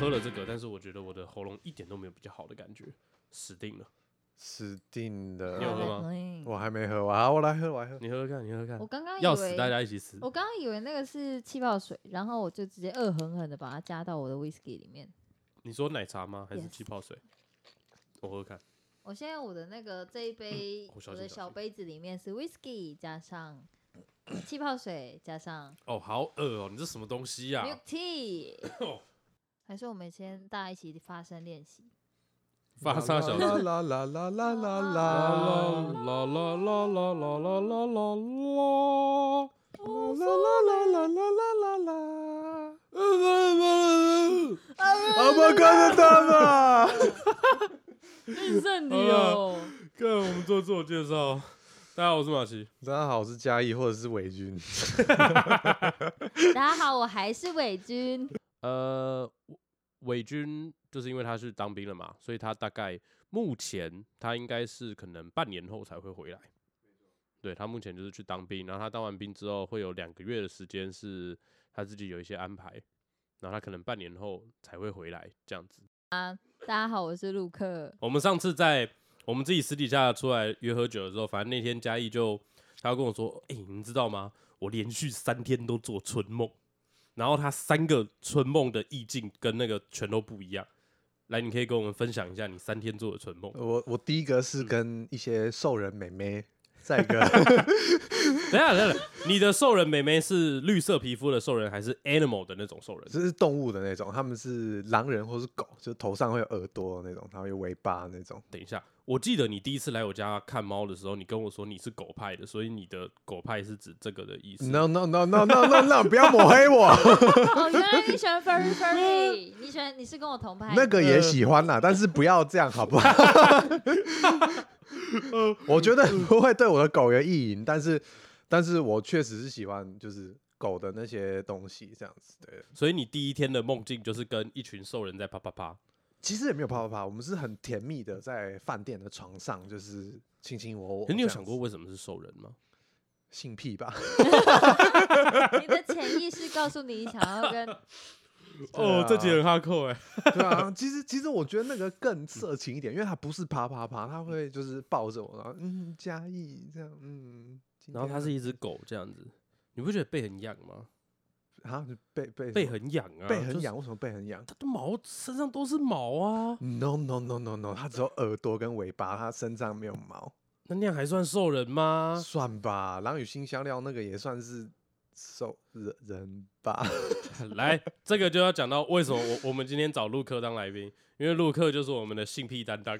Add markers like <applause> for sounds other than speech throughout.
喝了这个，但是我觉得我的喉咙一点都没有比较好的感觉，死定了。死定你有的！喝吗哎我还没喝，我好，我来喝，我来喝。你喝喝看，你喝喝看我，刚刚以要死为大家一起死。我刚刚以为那个是气泡水，然后我就直接恶狠狠的把它加到我的 whisky 里面。你说奶茶吗？还是 Yes 气泡水？我喝喝看，我现在我的那个这一杯 <coughs> 哦，小我心的小小心杯子里面是 whisky 加上 <coughs> 气泡水加上哦，好恶哦，你这什么东西呀、 milk tea，还是我们先大家一起发声练 <laughs> 习？发沙小啦子。啦啦啦啦啦啦啦啦啦啦啦啦啦啦啦啦啦啦。啦啦啦啦啦啦！阿爸看得到吧？认 <laughs> 真你哦！看我们做自我介绍，大家好，我是马奇。大家好，我是嘉义或者是伟军。 <laughs> 大家好，我还是伟军。呃，伟军就是因为他去当兵了嘛，所以他大概目前他应该是可能半年后才会回来。对他目前就是去当兵，然后他当完兵之后会有两个月的时间是他自己有一些安排，然后他可能半年后才会回来这样子。大家好，我是陆克。我们上次在我们自己私底下出来约喝酒的时候，反正那天嘉义就他跟我说：“哎、你知道吗？我连续三天都做春梦，然后他三个春梦的意境跟那个全都不一样。来，你可以跟我们分享一下你三天做的春 <laughs> 梦。我我第一个是跟一些兽人美眉，再一个等一下，等一下，啊你的兽人妹妹是绿色皮肤的兽人，还是 animal 的那种兽人？这是动物的那种，他们是狼人或是狗，就是头上会有耳朵的那种，然后有尾巴的那种。等一下，我记得你第一次来我家看猫的时候，你跟我说你是狗派的，所以你的狗派是指这个的意思。 No no no no no no no！不要抹黑我。哦，原来你喜欢 <laughs> furry furry，你喜欢你是跟我同派的那个也喜欢啦，但是不要这样，好不好？我觉得不会对我的狗有意淫，但是，但是我确实是喜欢就是狗的那些东西，这样子。对，所以你第一天的梦境就是跟一群兽人在啪啪啪。哦其实也没有啪啪啪，我们是很甜蜜的，在饭店的床上就是卿卿我我可。是你有想这过样子为什么是兽人吗？性癖 <laughs> 吧？你的潜意识告诉你想要跟哦这集很哈扣哎，对啊， <laughs> 其实其实我觉得那个更色情一点，因为它不是啪啪啪，它会就是抱着我，然后嗯，嘉义这样，嗯，今然后它天是一只狗这样子，你不觉得背很痒吗？啊背背背什么很痒啊，背很就是痒，，嗯为什么背很痒？它的毛身上都是毛啊， No no no no no，它只有耳朵跟尾巴，它身上没有毛，那那样还算兽人吗？算吧。狼与辛香料那个也算是兽人人 <laughs> 吧？来，这个就要讲到为什么我我 <laughs> 们今天找陆克当来宾，因为陆克就是我们的性癖担 <laughs> 当。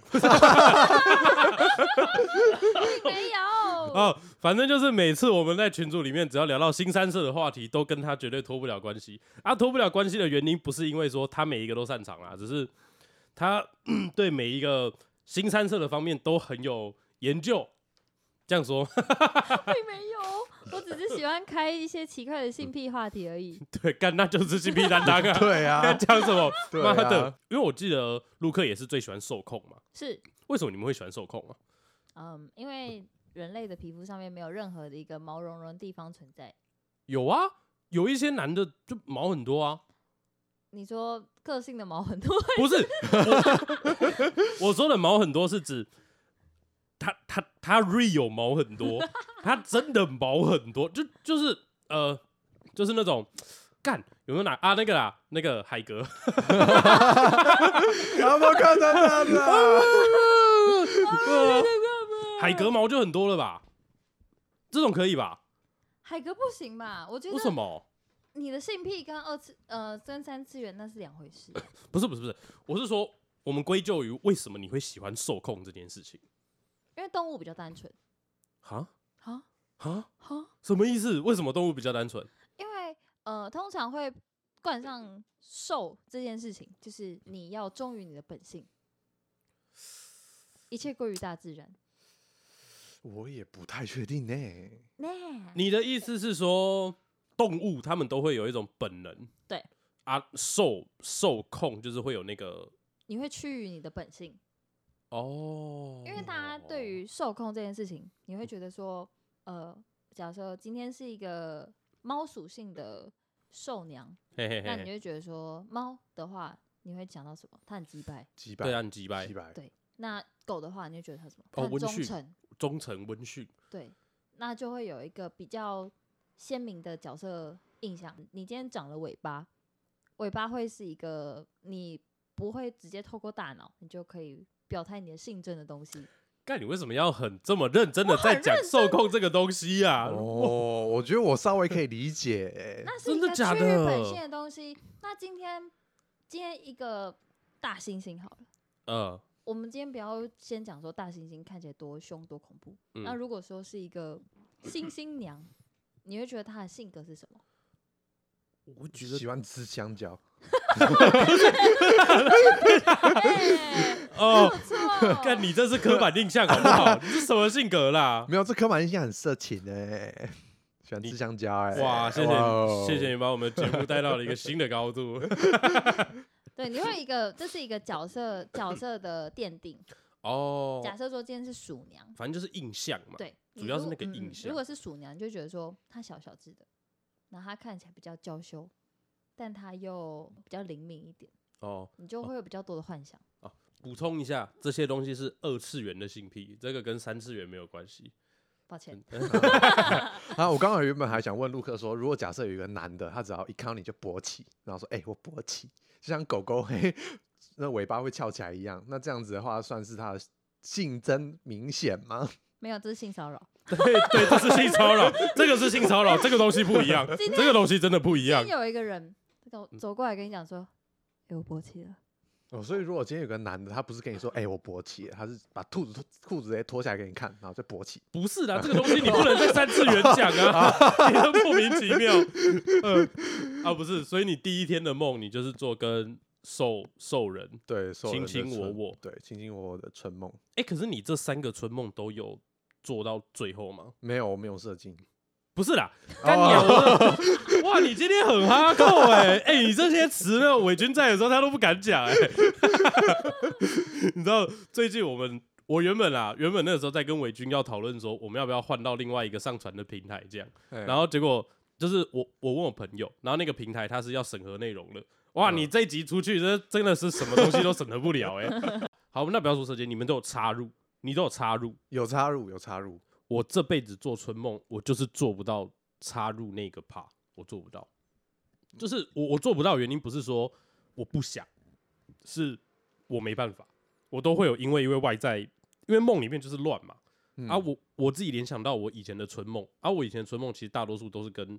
<laughs> 没有。哦，反正就是每次我们在群组里面，只要聊到新三社的话题，都跟他绝对脱不了关系。啊，脱不了关系的原因不是因为说他每一个都擅长啦，啊只是他 <clears throat> 对每一个新三社的方面都很有研究。这样说， <laughs> 并没有，我只是喜欢开一些奇怪的性癖话题 <laughs> 而已。对，干那就是性癖担当啊！ <laughs> 对在 <laughs> 啊，讲什么？对妈的啊，！因为我记得陆克也是最喜欢受控嘛。是，为什么你们会喜欢受控啊？嗯，因为人类的皮肤上面没有任何的一个毛茸茸地方存在。有啊，有一些男的就毛很多啊，你说个性的毛很多， <laughs> <laughs> 不是，我我说的毛很多是指他他他 real 毛很多，他真的毛很多，就就是呃，就是那种干有没有哪啊那个啦，那个海格，阿莫看 <laughs> 到他了，海格毛就很多了吧？这种可以吧？海格不行吧？我觉为什得么？你的性癖跟二次呃跟三次元那是两 <coughs> 回事。不是不是不是，我是说我们归咎于为什么你会喜欢受控这件事情因为动物比较单纯。啊哈啊？哈，什么意思？为什么动物比较单纯？因为呃，通常会冠上兽这件事情，就是你要忠于你的本性，一切归于大自然。我也不太确定呢、那你的意思是说，动物它们都会有一种本能，对啊，受受控就是会有那个你会趋于你的本性，哦，因为大家对于受控这件事情，你会觉得说，呃，假设今天是一个猫属性的兽娘，嘿嘿那你嘿就会觉得说，猫的话，你会想到什么？他很击败。击败，对啊，很击败击，败，对那狗的话，你就觉得他什么？哦他很温忠驯诚。忠诚温驯，对，那就会有一个比较鲜明的角色印象。你今天长了尾巴，尾巴会是一个你不会直接透过大脑，你就可以表态你的性征的东西。干，你为什么要很这么认真的在哦讲受控这个东西啊？哦，我觉得我稍微可以理 <laughs> 解、那是真一的个假趋于本的性的东西。那今天今天一个大猩猩好了，呃，我们今天不要先讲说大猩猩看起来多凶多恐怖。那嗯，如果说是一个猩猩 <laughs> 娘，你会觉得她的性格是什么？我觉喜欢吃香蕉，哎哦不，错， <laughs> 干，你这是刻板印象好不 <laughs> 好？你是什么性格啦？没有这刻板印象很色情哎、喜欢你吃香蕉哎、哇，谢谢哇你哦谢谢你把我们节目带到了一个新的高 <laughs> 度对，你会有一个，这是一个角色角色的奠定。哦。假设说今天是鼠娘，反正就是印象嘛，对，你主要如是那果个嗯嗯印象如果是鼠娘，你就觉得说她小小只的，然后她看起来比较娇羞，但她又比较灵敏一点，哦。你就会有比较多的幻想。补充一下，这些东西是二次元的性癖，这个跟三次元没有关 <laughs> 系。抱歉，啊！我刚刚原本还想问陆克说，如果假设有一个男的，他只要一看到你就勃起，然后说：“哎、我勃起。”就像狗狗嘿，那尾巴会翘起来一样。那这样子的话，算是他的性征明显吗？没有，这是性骚扰。对对，这是性骚扰，这个是性骚扰，这个东西不一样，今天这个东西真的不一样今。天有一个人走嗯走过来跟你讲说：“哎、我勃起了。 <laughs> 哦，所以如果今天有个男的，他不是跟你说：“哎、我勃起了”，他是把兔子脱裤子直接脱下来给你看，然后就勃起。不是的，这个东西你不能在三次元讲 <laughs> 啊，你都莫名其妙。呃，啊，不是，所以你第一天的梦，你就是做跟兽兽人。对，兽人的卿卿我春我对，卿卿我我的春梦哎、可是你这三个春梦都有做到最后吗？没有，我没有射精。不是啦，干鸟了！ <laughs> 哇，你今天很哈扣哎哎，你这些词呢，伟军在的时候他都不敢讲哎、 <laughs> 你知道最近我们我原本啦，原本那个时候在跟伟军要讨论说，我们要不要换到另外一个上传的平台这样，然后后结果就是我我问我朋友，然后那个平台它是要审核内容的，哇，嗯你这一集出去这真的是什么东西都审核不了哎、 <laughs> 好，那不要说时间，你们都有插入，你都有插入，有插入，有插入。我这辈子做春梦，我就是做不到插入那个趴，我做不到。就是我我做不到，原因不是说我不想，是我没办法，我都会有因为因为外在，因为梦里面就是乱嘛。嗯啊，我我自己联想到我以前的春梦，啊，我以前的春梦其实大多数都是跟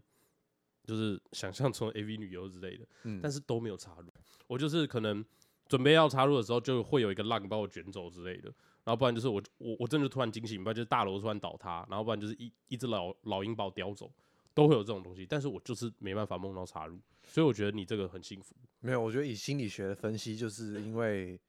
就是想象中的 AV 女优之类的，嗯但是都没有插入。我就是可能准备要插入的时候，就会有一个浪把我卷走之类的，然后不然就是我我我真的就突然惊醒，不然就是大楼突然倒塌，然后不然就是一一只老老鹰把我叼走，都会有这种东西。但是我就是没办法梦到插入，所以我觉得你这个很幸福。没有，我觉得以心理学的分析，就是因为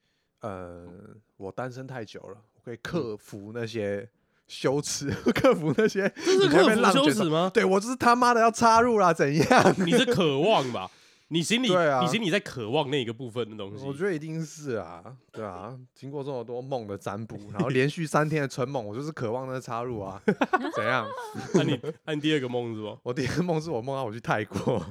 呃，我单身太久了，我可以克服那些羞耻， <laughs> 克服那些这这是克服羞耻。 <laughs> 吗？对我就是他妈的要插入啦，怎样？你是渴望吧？你心里、对啊你心里在渴望那个部分的东西。我觉得一定是啊，对啊，经过这么多梦的占卜，然后连续三天的春梦，我就是渴望那个插入啊，怎样？ <laughs> 那、你按、你第二个梦是吗？我第一个梦是我梦到我去泰国，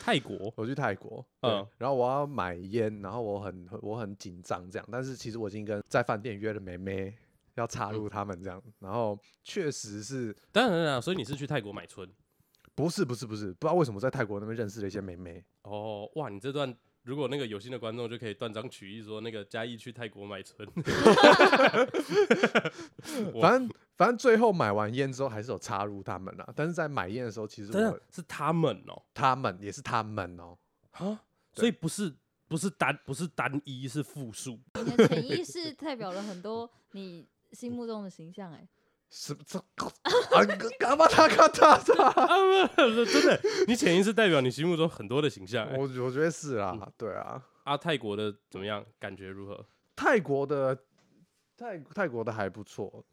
泰国我去泰国，嗯嗯，然后我要买烟，然后我很我很紧张这样，但是其实我已经跟在饭店约了妹妹要插嗯入他们这样，然后确实是当然啦，所以你是去泰国买春不是不是不是，不知道为什么在泰国那边认识了一些妹妹，哦。哇，你这段如果那个有心的观众就可以断章取义说那个嘉义去泰国买春， <laughs> 嗯哇反正反正最后买完烟之后还是有插入他们啦，但是在买烟的时候，其实真我的是他们哦、他们也是他们哦、啊，所以不是不是单不是单一是复数，”你 <laughs> 的潜意识代表了很多你心目中的形象、哎，什么这啊嘎巴他嘎他他，啊，不是真的，你潜意识代表你心目中很多的形象、欸。 <laughs> 我我觉得是啦，对啊。啊，泰国的怎么样？感觉如何？泰国的泰泰国的还不错，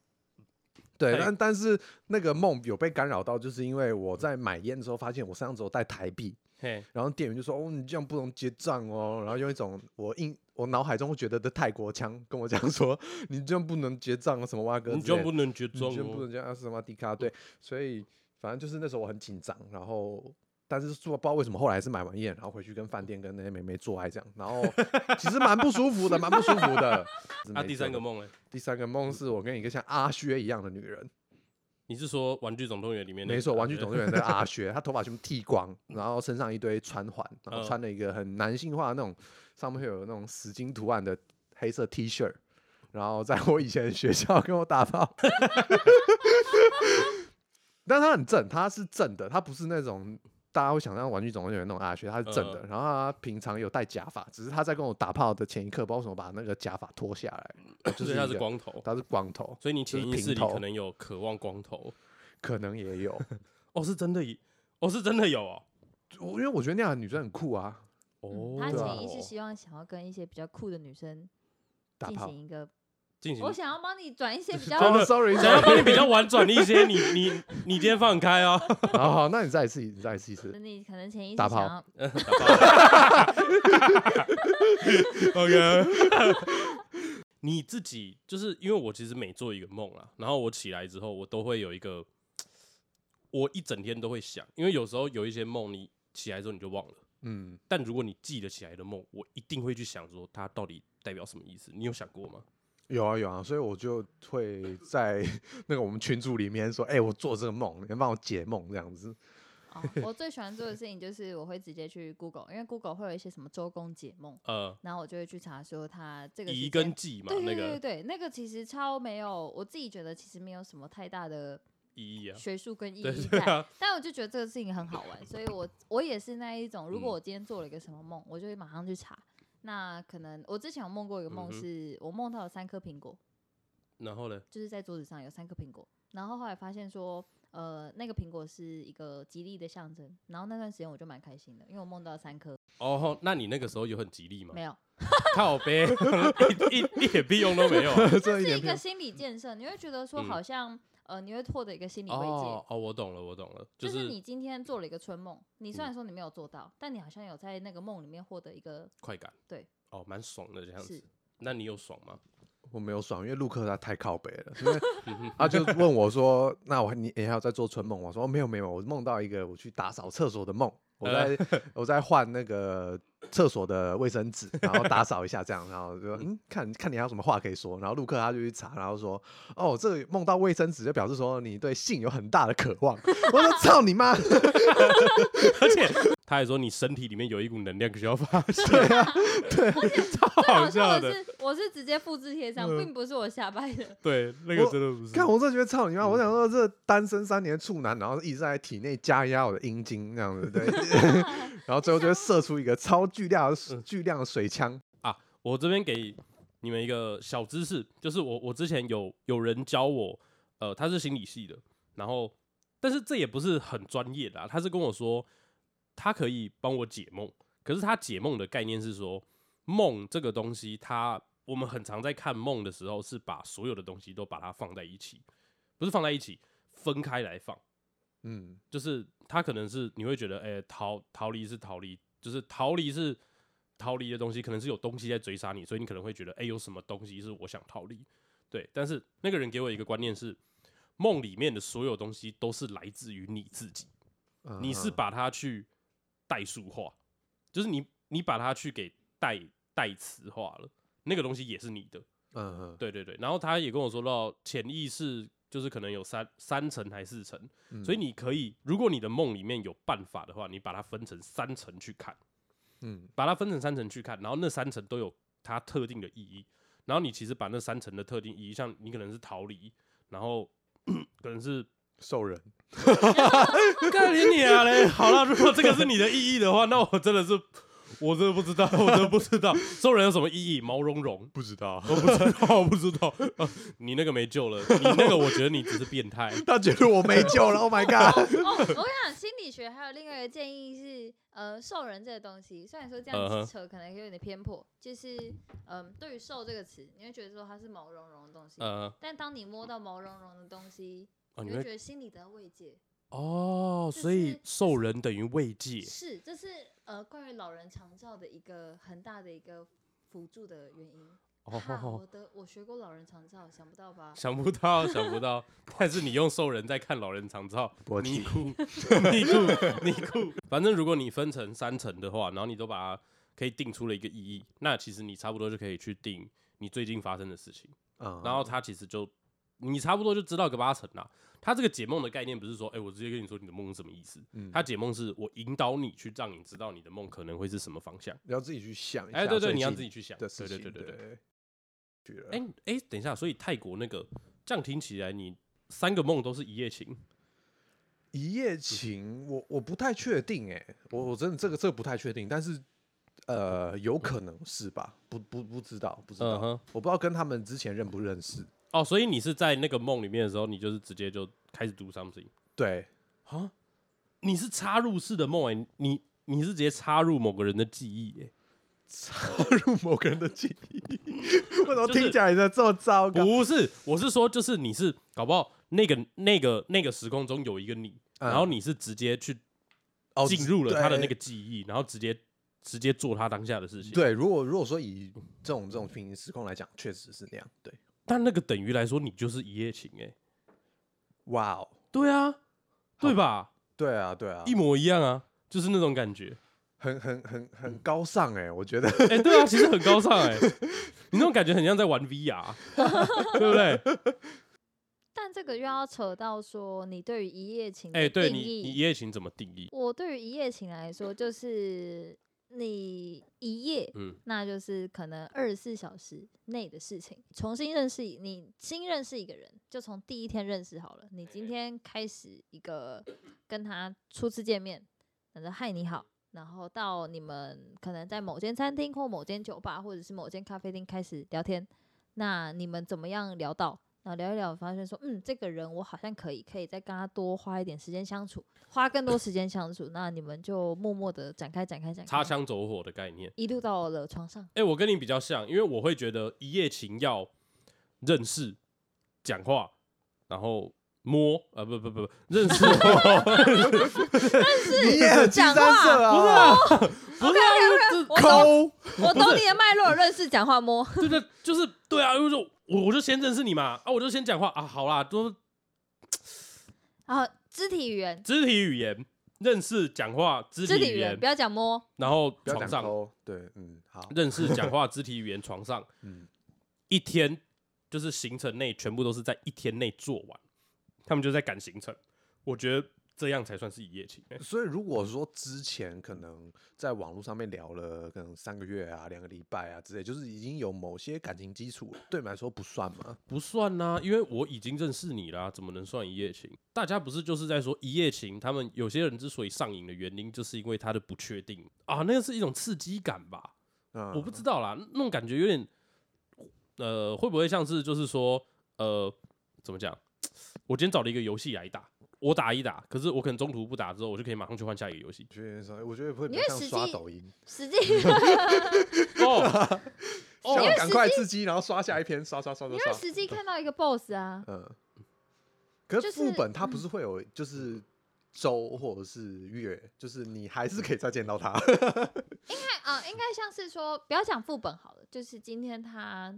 对，泰但但是那个梦有被干扰到，就是因为我在买烟的时候发现我身上只有带台币，嘿，然后店员就说：“哦，你这样不能结账哦。”然后用一种我印我脑海中会觉得的泰国腔跟我讲说：“ <laughs> 你这样不能结账啊，什么哇哥之类你的，就不能绝你装就不哦。能这样啊什么迪卡对，所以反正就是那时候我很紧张，然后但是做不知道为什么后来还是买完烟，然后回去跟饭店跟那些妹妹做爱这样， <laughs> 然后其实蛮不舒服的，蛮不舒服的。是那、没啊第三个辙的，梦呢？第三个梦是我跟一个像阿薛一样的女人，你是说《玩具总动员》里面那个？没错，《玩具对啊总动员》的 <laughs> 阿薛，她头发全部剃光，然后身上一堆穿环，然后嗯穿了一个很男性化的那种，上面会有那种死金图案的黑色 T 恤，然后在我以前的学校跟我打炮。 <laughs> 但他很正，他是正的，他不是那种大家会想象《玩具总动员》那种阿薛，他是正嗯的。然后他平常有戴假发，只是他在跟我打炮的前一刻，不知道为什么把那个假发脱下来， <laughs> 就所是以他一是个，光头，他是光头，所以你就潜是意识平里头可能有渴望光头。可能也有。 <laughs> 哦，是真的有，哦，是真的有哦。我因为我觉得那样的女生很酷啊，哦，他对潜意啊识希望想要跟一些比较酷的女生打进炮。行一个，进行我。想要帮你转一些比 <laughs> 较，哦，sorry，想要 sorry，帮你比较婉转一些，你你你今天放开哦。好好，那你再一次，你再一次一次。你可能潜意识打想炮要 <laughs> OK，你自己就是因为我其实每做一个梦啊，然后我起来之后，我都会有一个，我一整天都会想，因为有时候有一些梦你起来之后你就忘了，嗯，但如果你记得起来的梦，我一定会去想说它到底代表什么意思。你有想过吗？有啊有啊，所以我就会在 <laughs> 那个我们群组里面说，哎、我做这个梦，你能帮我解梦这样子。哦，我最喜欢做的事情就是我会直接去 Google，因为 Google 会有一些什么周公解梦，呃，然后我就会去查说他这个时疑间跟记嘛，对那对对个对，那个其实超没有，我自己觉得其实没有什么太大的意义啊，学术跟意对义对在，啊，但我就觉得这个事情很好玩，所以我我也是那一种，如果嗯我今天做了一个什么梦，我就会马上去查。那可能我之前有梦过一个嗯哼梦，是、我梦到了三颗苹果，然后呢？就是在桌子上有三颗苹果，然后后来发现说，呃，那个苹果是一个吉利的象征，然后那段时间我就蛮开心的，因为我梦到了三颗，哦，那你那个时候有很吉利吗？没有，靠背，一一一点屁用都没有啊、这一是点一个偏心理建设，你会觉得说嗯好像、呃， <laughs> 你会获得一个心理慰藉。哦哦，我懂了，我懂了，就是你今天做了一个春梦，你虽嗯然说你没有做到，但你好像有在那个梦里面获得一个快感，对，哦，蛮爽的这样子是。那你有爽吗？ <laughs> 我没有爽，因为陆克他太靠北了，因为他就问我说，那我你你还有在做春梦？我说、哦没有没有，我梦到一个我去打扫厕所的梦。我在我在换那个厕所的卫生纸，然后打扫一下这样，然后就说嗯，看看你还有什么话可以说。然后陆克他就去查，然后说哦，这个梦到卫生纸就表示说你对性有很大的渴望。我说操你妈！而且他还说你身体里面有一股能量需要 <laughs> 发泄，啊 <laughs> 超最好笑笑的，嗯是，我是直接复制贴上，并不是我瞎掰的。 <laughs> 对，那我个真的不是。嗯看我真的觉得操你妈！我想说这单身三年的处男，然后一直在体内加压我的阴茎那样子， <laughs> 对， <laughs> 然后最后就会射出一个超巨量的嗯水巨量的水枪。啊，我这边给你们一个小知识，就是我我之前有有人教我，呃，他是心理系的，然后但是这也不是很专业的、啊，他是跟我说他可以帮我解梦，可是他解梦的概念是说梦这个东西它，我们很常在看梦的时候是把所有的东西都把它放在一起，不是放在一起，分开来放。嗯，就是它可能是你会觉得，哎、逃逃离是逃离，就是逃离是逃离的东西，可能是有东西在追杀你，所以你可能会觉得，哎、有什么东西是我想逃离，对。但是那个人给我一个观念是，梦里面的所有东西都是来自于你自己，你是嗯把它去代数化，就是你你把它去给代代词化了，那个东西也是你的，嗯嗯对对对，然后他也跟我说到潜意识就是可能有三三层还是四层，嗯所以你可以，如果你的梦里面有办法的话，你把它分成三层去看，嗯把它分成三层去看，然后那三层都有它特定的意义，然后你其实把那三层的特定意义，像你可能是逃离，然后嗯可能是兽人，干你娘嘞！好了，如果这个是你的意义的话，那我真的是。我真的不知道，我真的不 <laughs> 知道，兽人有什么意义？毛茸 <laughs> 茸，不知道，我不知道，我不知道、啊 <laughs> 你那个没救了，你那个我觉得你只是变态。他觉得我没救了。Oh <laughs> my god！哦，我跟你讲，心理学还有另外一个建议是，呃，兽人这个东西，虽然说这嗯样哼子扯可能有点偏颇，就是，嗯、对于兽这个词，你会觉得说它是毛茸茸的东西，呃，但当你摸到毛茸茸的东西，哦，你你会会觉得心里得到慰藉。哦，就所以是兽人等于慰藉是，这是呃，关于老人长照的一个很大的一个辅助的原因。哦，哈 <laughs> 我的我学过老人长照，想不到吧？想不到，想不到。但是你用兽人在看老人长照， <laughs> 勃你起酷，你酷，你酷。反正如果你分成三层的话，然后你都把它可以定出了一个意义，那其实你差不多就可以去定你最近发生的事情。<laughs> 嗯，然后它其实就你差不多就知道个八成啦。它这个解梦的概念不是说，哎、我直接跟你说你的梦是什么意思。嗯它解梦是我引导你去让你知道你的梦可能会是什么方向。你要自己去想一下，哎、对对，你要自己去想。的对事对对情，对对。对，去了，哎、哎、等一下，所以泰国那个这样听起来，你三个梦都是一夜情，一夜情，我我不太确定哎、我我真的这个这个不太确定，但是呃，有可能是吧？不不不知道，不知道嗯哼我不知道跟他们之前认不认识。哦，所以你是在那个梦里面的时候，你就是直接就开始 do something 对， <laughs> 啊？你是插入式的梦哎、你你是直接插入某个人的记忆哎、插入某个人的记忆， <laughs> 为什么就是听起来的这么糟糕？不是，我是说，就是你是搞不好那个那个那个时空中有一个你，嗯然后你是直接去哦进入了他的那对个记忆，然后直接直接做他当下的事情。，对，如果如果说以这种这种平行时空来讲，确实是那样。对，但那个等于来说，你就是一夜情哎、哇哦，对啊，对吧？对啊，对啊，一模一样啊，就是那种感觉。很很很很高尚哎、我觉得哎、对啊，其实很高尚 <laughs> 哎、你那种感觉很像在玩 VR，对不对？但这个又要扯到说你对于一夜情哎、的定对义。你，你一夜情怎么定义？我对于一夜情来说，就是你一夜，嗯那就是可能二十四小时内的事情。重新认识一你，新认识一个人，就从第一天认识好了。你今天开始一个跟他初次见面，反正嗨你好，然后到你们可能在某间餐厅或某间酒吧或者是某间咖啡厅开始聊天，那你们怎么样聊到？然后聊一聊，发现说，嗯，这个人我好像可以，可以再跟他多花一点时间相处，花更多时间相处，那你们就默默的展开、展开、展擦开，枪走火的概念。一路到了床上。哎、我跟你比较像，因为我会觉得一夜情要认识、讲话，然后摸，呃，不不不，认 <laughs> 识 <laughs> 你也很讲金三话色啊， <laughs> 不是啊，我这懂，抠我懂你的脉络，认识讲话摸。对对，就是对啊，就是我我就先认识你嘛，啊，我就先讲话啊，好啦，都然后肢体语言，肢体语言认识、讲话、肢肢体体语语言言不，要讲摸，然后不要床讲上抠，对，嗯，好，认识、讲话、肢体语言、床上，嗯，一天就是行程内全部都是在一天内做完，他们就在赶行程。我觉得这样才算是一夜情、欸所以如果说之前可能在网络上面聊了，可能三个月啊、两个礼拜啊之类，就是已经有某些感情基础了，对你们来说不算吗？不算呐、因为我已经认识你啦、怎么能算一夜情？大家不是就是在说一夜情，他们有些人之所以上瘾的原因，就是因为他的不确定啊，那个是一种刺激感吧？嗯，我不知道啦，那种感觉有点，呃，会不会像是就是说，呃，怎么讲？我今天找了一个游戏来打，我打一打，可是我可能中途不打之后，我就可以马上去换下一个游戏。觉得说，我觉得会比因较像为实刷际抖音，实际 <laughs> 因哦，哦想因为赶快刺激，然后刷下一篇，刷刷刷刷为刷，实际看到一个 boss 啊，嗯。可是就副是嗯本它不是会有就是周或者是月，就是你还是可以再见到他。 <laughs> 看啊、应该像是说，不要讲副本好了，就是今天他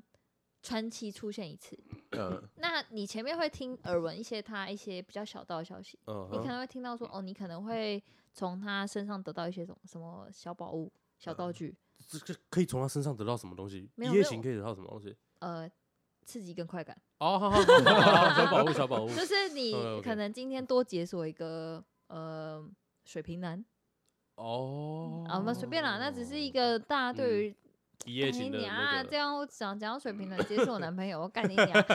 传奇出现一次，嗯， <laughs> 那你前面会听耳闻一些他一些比较小道的消息，嗯你可哼，能会听到说，哦，你可能会从他身上得到一些什么什么小宝物、小道具，这这可以从他身上得到什么东西？没一有夜没有情可以得到什么东西？呃，刺激跟快感，哦，好好好好，好小宝物，小宝物。就是你嗯，OK 可能今天多解锁一个呃水瓶男哦，啊，我们随便啦，那只是一个大家对于一哦嗯夜情干的你啊，那这个。样我讲讲到水瓶男，解锁我男朋友，我干你娘！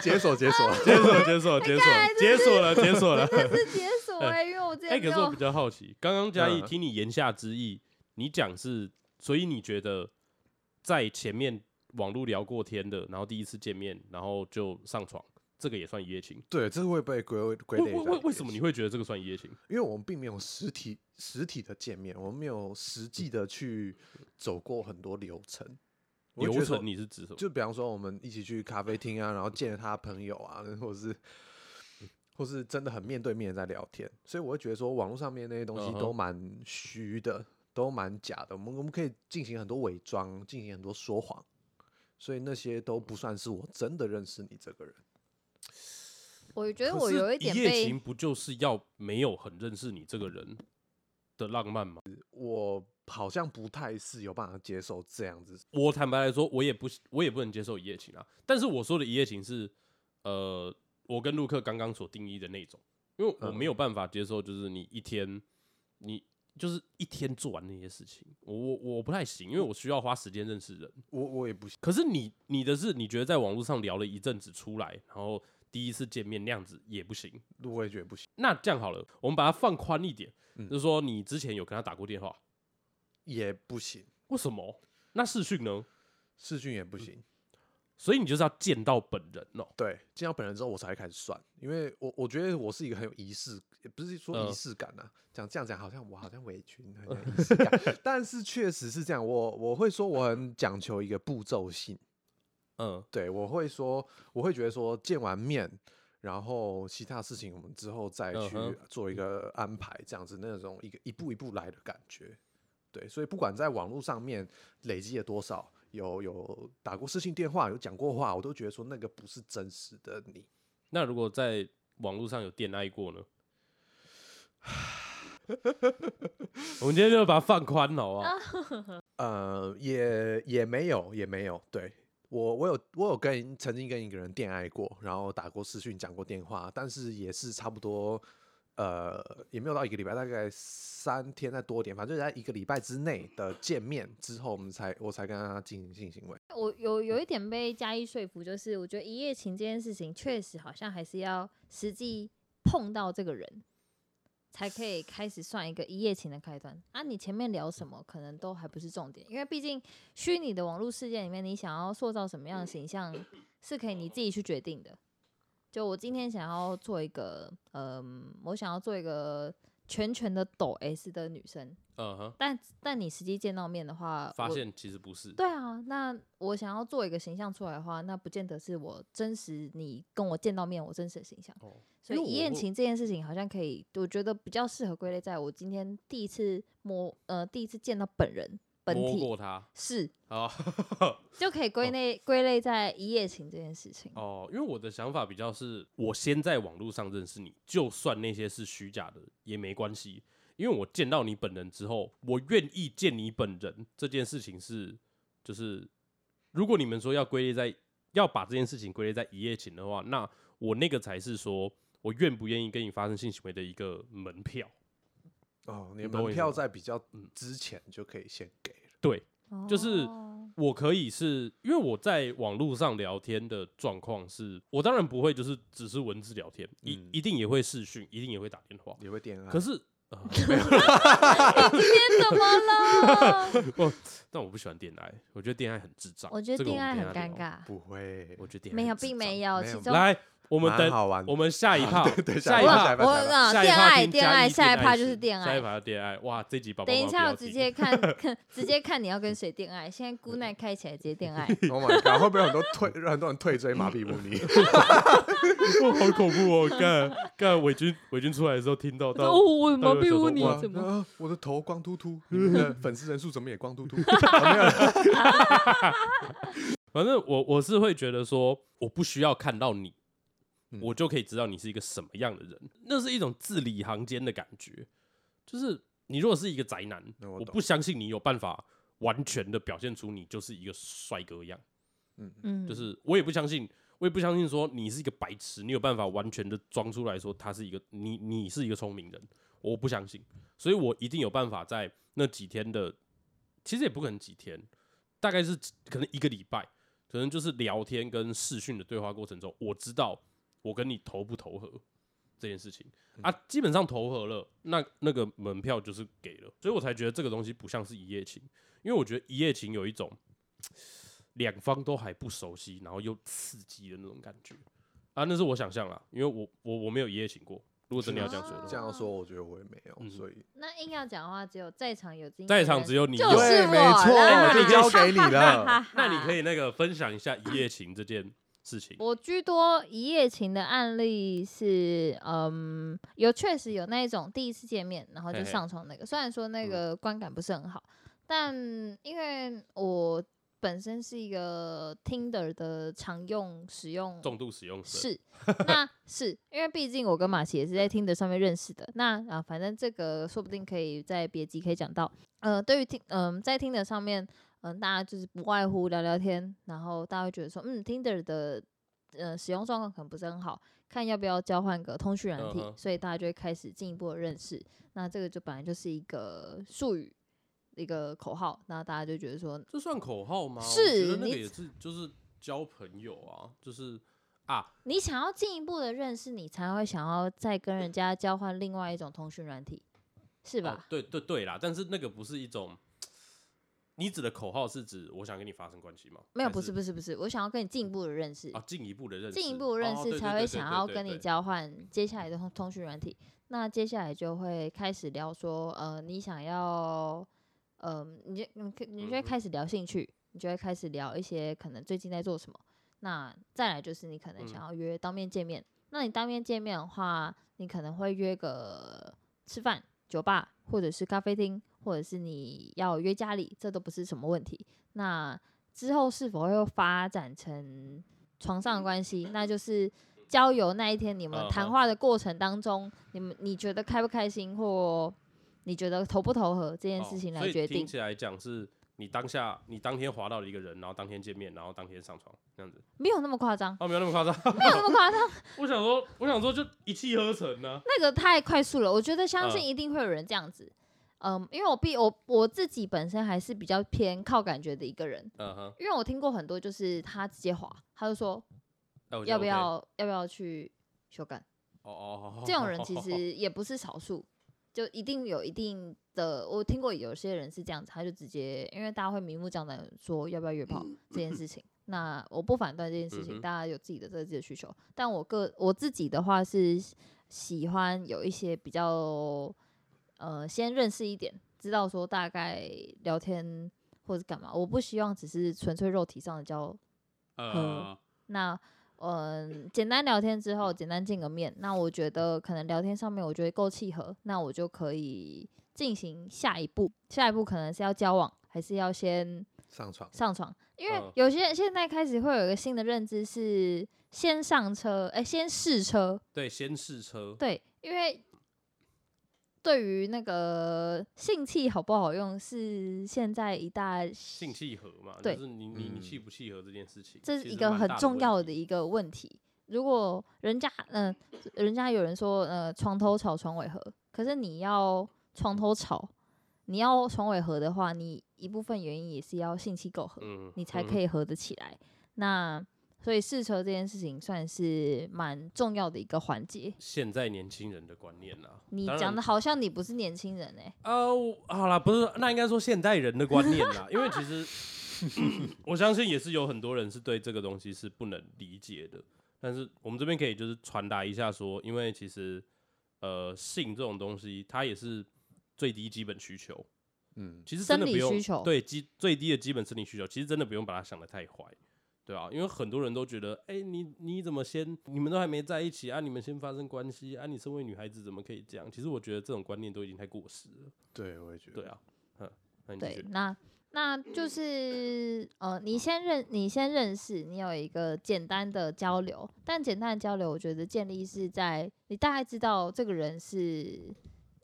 解锁解锁，解 <laughs> 锁，解锁， <laughs> 解哎锁，解锁了，解锁了。这是解 <laughs> 锁哎、因为我之哎，前可就是我比较好奇，刚刚嘉义嗯听你言下之意，你讲是，所以你觉得在前面网络聊过天的，然后第一次见面，然后就上床，这个也算一夜情？对，这会被归为归为类为在为为什一么起你会觉得这个算一夜情？因为我们并没有实体实体的见面，我们没有实际的去走过很多流程。我会觉流得说程你是指什么？就比方说，我们一起去咖啡厅啊，然后见了他的朋友啊， <laughs> 或者是或是真的很面对面地在聊天，所以我会觉得说，网络上面那些东西嗯哼都蛮虚的。都蛮假的。我们我们可以进行很多伪装，进行很多说谎，所以那些都不算是我真的认识你这个人。我觉得可我是有一点夜被情不就是要没有很认识你这个人的浪漫吗？我好像不太是有办法接受这样子。我坦白来说，我也不喜我也不能接受一夜情啊。但是我说的一夜情是，呃，我跟陆克刚刚所定义的那种，因为我没有办法接受，就是你一天你就是一天做完那些事情，我我我不太行，因为我需要花时间认识人。我我也不可是你你的是，你觉得在网络上聊了一阵子出来，然后第一次见面那样子也不行。我也觉得不行，那这样好了，我们把它放宽一点，就是说你之前有跟他打过电话，也不行，为什么？那视讯呢？视讯也不行。所以你就是要见到本人哦、对，见到本人之后我才会开始算，因为我我觉得我是一个很有仪式，也不是说仪嗯式感啊，讲这样讲好像我好像伪军很有仪式感，但是确实是这样，我我会说我很讲求一个步骤性，嗯，对我会说我会觉得说见完面，然后其他事情我们之后再嗯去哼做一个安排，这样子那种一个一步一步来的感觉，对，所以不管在网络上面累积了多少。有有打过视信电话，有讲过话，我都觉得说那个不是真实的你。那如果在网络上有恋爱过呢？我们今天就把它放宽了，好不啊好？呃，也也没有，也没有。对我，我有我有跟曾经跟一个人恋爱过，然后打过视讯，讲过电话，但是也是差不多，呃，也没有到一个礼拜，大概三天再多一点，反正就在一个礼拜之内的见面之后，我们才我才跟他进行性行为。我有有一点被嘉义说服，就是我觉得一夜情这件事情确实好像还是要实际碰到这个人，才可以开始算一个一夜情的开端啊。你前面聊什么可能都还不是重点，因为毕竟虚拟的网络世界里面，你想要塑造什么样的形象是可以你自己去决定的。就我今天想要做一个，嗯、我想要做一个全全的抖 S 的女生，嗯哼，但但你实际见到面的话，发我现其实不是。对啊，那我想要做一个形象出来的话，那不见得是我真实你跟我见到面我真实的形象。哦所以因为一我夜会情这件事情好像可以，我觉得比较适合归类在我今天第一次摸呃第一次见到本人本摸体过他是啊就可以归类归类在一夜情这件事情。哦，因为我的想法比较是，我先在网络上认识你，就算那些是虚假的也没关系，因为我见到你本人之后，我愿意见你本人这件事情是，就是如果你们说要归类在要把这件事情归类在一夜情的话，那我那个才是说我愿不愿意跟你发生性行为的一个门票。哦，你你的懂我门意思票吗在比较嗯之前就可以先给了。对，就是哦我可以是因为我在网络上聊天的状况是，我当然不会就是只是文字聊天，一、嗯一定也会视讯，一定也会打电话。也会恋爱，可是，呃，今天怎么 <laughs> 了？我但我不喜欢恋爱，我觉得恋爱很智障。我觉得这个恋爱们很等一下尴聊。尬，不会，我觉得恋爱没有，很智障并没有，没其有中来，我们蛮等好玩的，我们下一趴 <laughs> 对下下一一趴趴下 <laughs> 一，趴我啊下一恋趴爱听恋嘉爱，义下一恋趴爱就是史恋下爱一。趴恋爱。哇，这集宝宝等一妈下，不我要直听接看看，直接看你要跟谁恋爱。现在姑奶开起来直接 <laughs> 恋爱， <laughs> Oh my god，会不会很多退 <laughs> 很多人退追麻痹不你？ <laughs> 哇好恐怖哦！干干伟军伟军出来的时候听到，到我妈逼我你哇哇？啊我的头光秃 <laughs> 秃，你们的粉丝人数怎么也光秃秃？啊没有啦反正我我是会觉得说，我不需要看到你，嗯我就可以知道你是一个什么样的人。那是一种字里行间的感觉，就是你如果是一个宅男，那我我懂不相信你有办法完全的表现出你就是一个帅哥样。嗯，就是我也不相信，我也不相信说你是一个白痴，你有办法完全的装出来说他是一个你你是一个聪明人，我不相信，所以我一定有办法在那几天的，其实也不可能几天，大概是可能一个礼拜，可能就是聊天跟视讯的对话过程中，我知道我跟你投不投合这件事情嗯啊，基本上投合了，那那个门票就是给了，所以我才觉得这个东西不像是一夜情，因为我觉得一夜情有一种两方都还不熟悉，然后又刺激的那种感觉啊，那是我想象啦，因为我我我没有一夜情过，如果真的要这样说的啊话这。样说，我觉得我也没有，嗯所以那硬要讲的话，只有在场有经在场只有有你就有是对，我没错，啦 <laughs> 就交给你了。那你可以那个分享一下一夜情这件事情？我居多一夜情的案例是，嗯，有确实有那一种第一次见面然后嘿就嘿上床那个，虽然说那嗯个观感不是很好，但因为我本身是一个 Tinder 的常用使用重度使用者 <laughs> 是，那是因为毕竟我跟马奇也是在 Tinder 上面认识的。那啊，反正这个说不定可以在别集可以讲到。呃，对于听，嗯、在 Tinder 上面，嗯、大家就是不外乎聊聊天，然后大家会觉得说，嗯，Tinder 的呃使用状况可能不是很好，看要不要交换个通讯软体嗯哼所以大家就会开始进一步的认识。那这个就本来就是一个术语，一个口号，那大家就觉得说，这算口号吗？我是觉得那你个也是就是交朋友啊，就是啊，你想要进一步的认识，你才会想要再跟人家交换另外一种通讯软体，是对吧？哦对对对啦，但是那个不是一种，你指的口号是指我想跟你发生关系吗？没有，还不是不是不是，我想要跟你进一步的认识，啊，进一步的认识，进一步的认哦识对对才会对想对要对跟你对交换接下来的通通讯软体。那接下来就会开始聊说，呃，你想要，呃，你就你可你就会嗯哼开始聊兴趣，你就会开始聊一些可能最近在做什么。那再来就是你可能想嗯要约当面见面，那你当面见面的话，你可能会约个吃饭、酒吧，或者是咖啡厅，或者是你要约家里，这都不是什么问题。那之后是否会发展成床上的关系，那就是交友那一天你们嗯谈哼话的过程当中，你们你觉得开不开心，或你觉得投不投合这件事情哦所来以决定听。起来讲是你当下你当天滑到了一个人，然后当天见面，然后当天上床这样子，没有那么夸张，哦，没有那么夸张。 <laughs> 没有那么夸张，我想说，我想说就一气呵成呢、那个太快速了，我觉得相信嗯一定会有人这样子。嗯，因为我毕我我自己本身还是比较偏靠感觉的一个人，嗯哼，因为我听过很多就是他直接滑，他就说哎我觉得要不 OK 要要不要去修改，哦哦，哦这种人其 <laughs> 实也不是少数，就一定有一定的。我听过有些人是这样子，他就直接因为大家会明目张胆地说要不要约炮这件事情。那我不反对这件事嗯情，哼大家有自己的这自己的需求。但我个我自己的话是喜欢有一些比较呃先认识一点，知道说大概聊天或者干嘛。我不希望只是纯粹肉体上的交呃嗯，那嗯，简单聊天之后，简单见个面，那我觉得可能聊天上面我觉得够契合，那我就可以进行下一步。下一步可能是要交往，还是要先上床上床？因为嗯有些人现在开始会有一个新的认知是先上车，哎、先试车，对先试车，对，因为。对于那个性器好不好用，是现在一大性契合嘛，对就是你你你嗯契不契合这件事情，这其是一实个蛮很大重要问的题一个问题。如果人家嗯、人家有人说呃床头吵床尾和，可是你要床头吵，你要床尾和的话，你一部分原因也是要性气够合，嗯，你才嗯可以合得起来。那所以试车这件事情算是蛮重要的一个环节。现在年轻人的观念啊啦、你当然讲的好像你不是年轻人哎、呃，我好啦，不是，那应该说现代人的观念啦， <laughs> 因为其实 <coughs> 我相信也是有很多人是对这个东西是不能理解的，但是我们这边可以就是传达一下说，因为其实呃性这种东西，它也是最低基本需求，嗯，其实生真的不理用需求对基最低的基本生理需求，其实真的不用把它想得太坏，对啊，因为很多人都觉得，哎、你你怎么先，你们都还没在一起啊，你们先发生关系啊，你身为女孩子怎么可以这样？其实我觉得这种观念都已经太过时了，对，我也觉得对啊，嗯，那你继对续，，那那就是呃，你先认你先认识，你有一个简单的交流，但简单的交流，我觉得建立是在你大概知道这个人是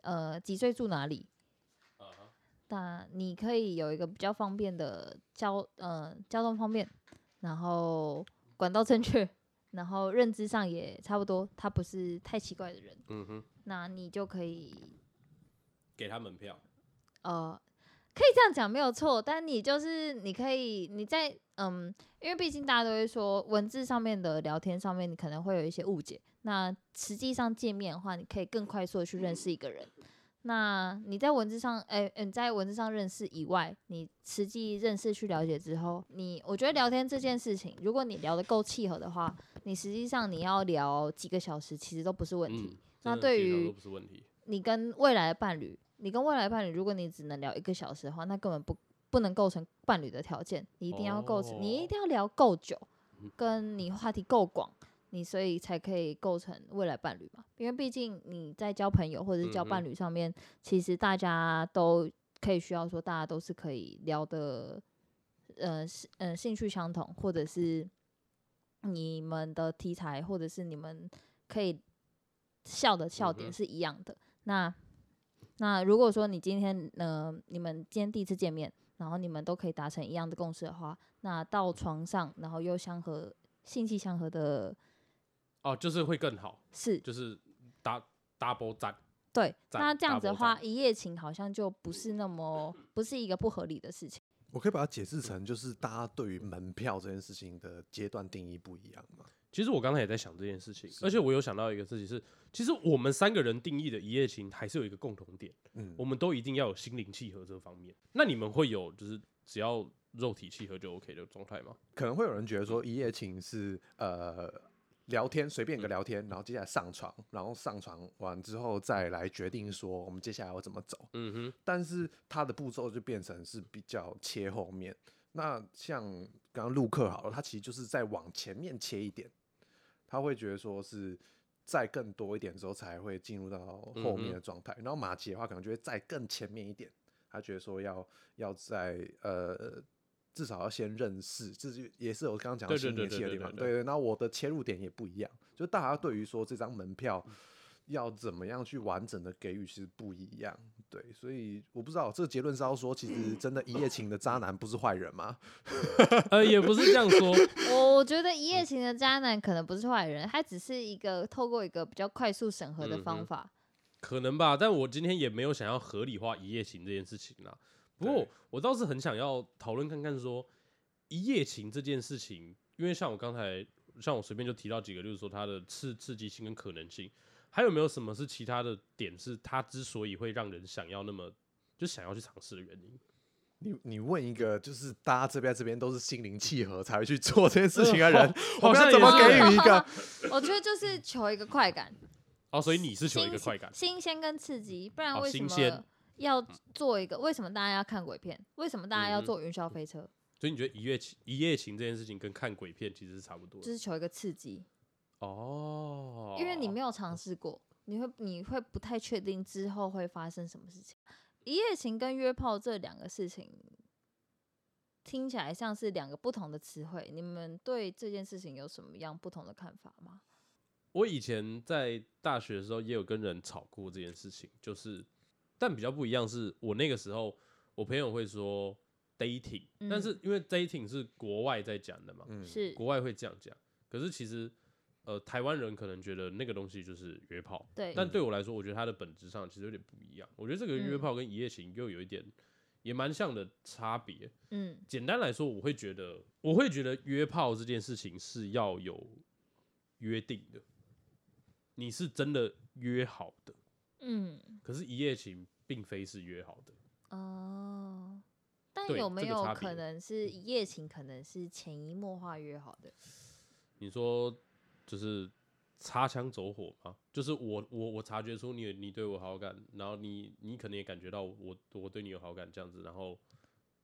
呃几岁住哪里，那你可以有一个比较方便的交呃交通方便，然后管道正确，然后认知上也差不多，他不是太奇怪的人，嗯哼，那你就可以给他门票，呃，可以这样讲没有错，但你就是你可以你在嗯，因为毕竟大家都会说文字上面的聊天上面，你可能会有一些误解。那实际上见面的话，你可以更快速的去认识一个人。那你在文字上，哎、嗯，在文字上认识以外，你实际认识去了解之后，你我觉得聊天这件事情，如果你聊得够契合的话，你实际上你要聊几个小时，其实都不是问题。嗯，那真的对技巧于都不是问题，你跟未来的伴侣，你跟未来的伴侣，如果你只能聊一个小时的话，那根本不不能构成伴侣的条件。你一定要构成，你一哦嗯定要聊够久，跟你话题够广，你所以才可以构成未来伴侣嘛。因为毕竟你在交朋友或者是交嗯伴哼侣上面，其实大家都可以需要说，大家都是可以聊的，呃，是呃，兴趣相同，或者是你们的题材，或者是你们可以笑的笑嗯点哼是一样的。那那如果说你今天呃，你们今天第一次见面，然后你们都可以达成一样的共识的话，那到床上，然后又相合，性气相合的哦，就是会更好，是就是打 double 赞，对。赞那这样子的话， double 一夜情好像就不是那么不是一个不合理的事情。我可以把它解释成就是大家对于门票这件事情的阶段定义不一样嘛。其实我刚才也在想这件事情，而且我有想到一个事情是，其实我们三个人定义的一夜情还是有一个共同点，嗯我们都一定要有心灵契合这方面。那你们会有就是只要肉体契合就 OK 的状态吗？可能会有人觉得说一夜情是呃聊天随便一个聊天，然后接下来上床，然后上床完之后再来决定说我们接下来要怎么走。嗯哼，但是它的步骤就变成是比较切后面。那像刚刚陆克好了，他其实就是在往前面切一点，他会觉得说是再更多一点之后才会进入到后面的状态。然后马奇的话，可能就会再更前面一点，他觉得说要要在呃。至少要先认识，这就也是我刚刚讲到对心对理对系的对地对方。对对对，那我的切入点也不一样，就大家对于说这张门票嗯要怎么样去完整的给予是不一样。对，所以我不知道这个结论是要说，其实真的一夜情的渣男不是坏人吗？ <laughs> 呃，也不是这样说，我我觉得一嗯夜情的渣男可能不是坏人，他只是一个透过一个比较快速审核的嗯方哼法。可能吧，但我今天也没有想要合理化一夜情这件事情啦。不过对我倒是很想要讨论看看说一夜情这件事情，因为像我刚才像我随便就提到几个，就是说它的刺刺激性跟可能性，还有没有什么是其他的点是它之所以会让人想要那么就想要去尝试的原因？你你问一个就是大家这边这边都是心灵契合才会去做这件事情的人， <laughs> 好我们像要怎么也给是予一个？ <laughs> 我觉得就是求一个快感，哦，所以你是 <laughs> 求一新个快感，新鲜跟刺激，不然好为什新鲜么要做一个？为什么大家要看鬼片？为什么大家要嗯坐云霄飞车？所以你觉得一夜情一夜情这件事情跟看鬼片其实是差不多的就是求一个刺激，哦，因为你没有尝试过，你会你会不太确定之后会发生什么事情。一夜情跟约炮这两个事情听起来像是两个不同的词汇，你们对这件事情有什么样不同的看法吗？我以前在大学的时候也有跟人吵过这件事情，就是，但比较不一样是，我那个时候我朋友会说 dating，、但嗯是因为 dating 是国外在讲的嘛，嗯，是国外会这样讲，可是其实呃台湾人可能觉得那个东西就是约炮，对但对我来说，我觉得它的本质上其实有点不一样。我觉得这个约嗯炮跟一夜情又有一点也蛮像的差别，嗯简单来说，我会觉得，我会觉得约炮这件事情是要有约定的，你是真的约好的。嗯可是，一夜情并非是约好的。哦。但对有没这个有差可别嗯能是一夜情？可能是潜移默化约好的。你说就是擦枪走火吗？就是我我我察觉出你有你对我好感，然后你你可能也感觉到我我对你有好感这样子，然后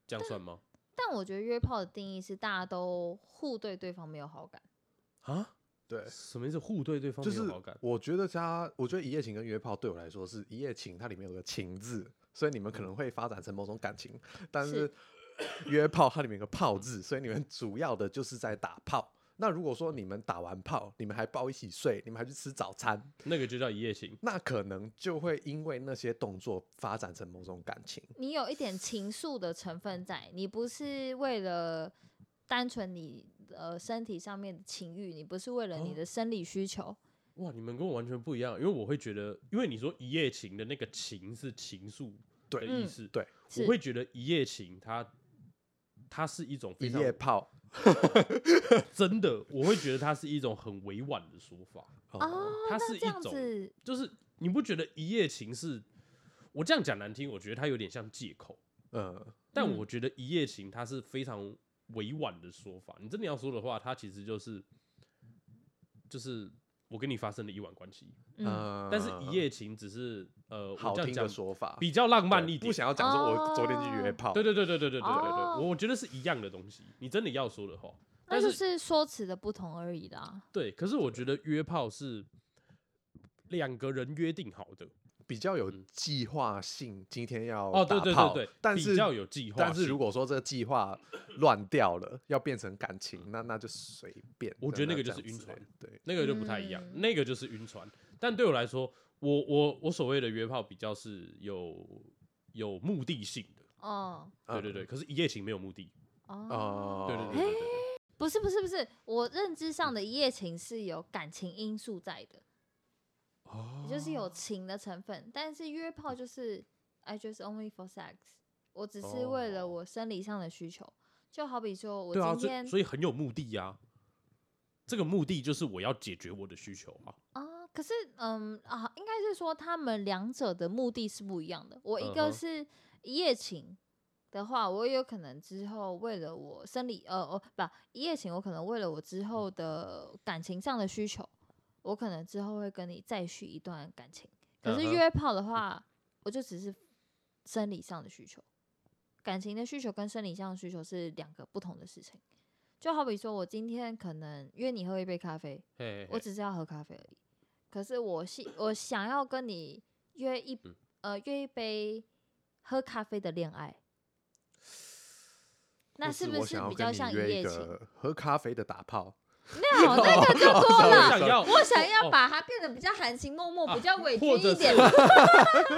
这样算吗？但我觉得约炮的定义是大家都互对对方没有好感。啊，对，什么意思？互对对方就没有是好感？我觉得他，我觉得一夜情跟约炮对我来说是一夜情，它里面有个情字，所以你们嗯可能会发展成某种感情，但是是约炮它里面有个炮字，所以你们主要的就是在打炮。那如果说你们打完炮，你们还抱一起睡，你们还去吃早餐，那个就叫一夜情。那可能就会因为那些动作发展成某种感情。你有一点情愫的成分在，你不是为了单纯你呃身体上面的情欲，你不是为了你哦的生理需求，哇，你们跟我完全不一样，因为我会觉得，因为你说一夜情的那个情是情愫的对意嗯思，对是我会觉得一夜情它它是一种非一常夜炮真的，我会觉得它是一种很委婉的说法，哦，它那是这样一种，子就是你不觉得一夜情是，我这样讲难听，我觉得它有点像借口，嗯，但嗯我觉得一夜情它是非常委婉的说法，你真的要说的话，它其实就是就是我跟你发生了一晚关系。嗯但是一夜情只是呃，我嗯好这样听的讲说法，比较浪漫对一点。不想要讲说我昨天去约哦炮。对对对对对对对对对，哦我我觉得是一样的东西。你真的要说的话，那但就是是说辞的不同而已啦。对，可是我觉得约炮是两个人约定好的比较有嗯计划性，今天要哦，对打对炮对对，但比是较有计划性。但是如果说这个计划乱掉了，要变成感情，那那就随便。我觉得那个就是这样晕之类船的，对，那个就不太一样，嗯那个就是晕船。但对我来说，我我我所谓的约炮比较是有有目的性的，哦对对对。可是一夜情没有目的，哦，嗯哦，对对对对对对不是不是不是，我认知上的一夜情是有感情因素在的，哦也就是有情的成分，但是约炮就是 I just only for sex，我只是为了哦我生理上的需求，就好比说我对啊，今所以天所以很有目的呀。这个目的就是我要解决我的需求啊。啊，可是嗯啊，应该是说他们两者的目的是不一样的。我一个嗯哼是一夜情的话，我也有可能之后为了我生理呃哦不一夜情，我可能为了我之后的感情上的需求，我可能之后会跟你再续一段感情。可是嗯哼约炮的话，我就只是生理上的需求，感情的需求跟生理上的需求是两个不同的事情。就好比说，我今天可能约你喝一杯咖啡，嘿嘿我嘿只是要喝咖啡而已。可是我希我想要跟你约一、嗯呃约一杯喝咖啡的恋爱，那或是是不我是想要比跟较你像一约夜 <laughs> 情？个喝咖啡的打炮？没有，那个 <laughs> 就多我了。想 <laughs> 要，我想要哦啊把它变得比较含情脉脉，比较委屈或者一是点。 <laughs>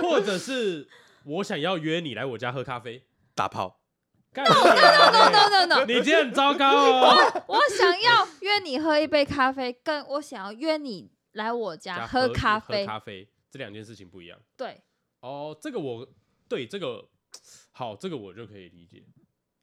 或者是我想要约你来我家喝咖啡。打炮， <laughs> 干 no <laughs> no no no，哎 <laughs> 你今天很糟糕哦。 <laughs> 我想要约你喝一杯咖啡，跟我想要约你来我家家喝一咖喝啡。咖啡这两件事情不一样。对，哦，这个我对这个好，这个我就可以理解。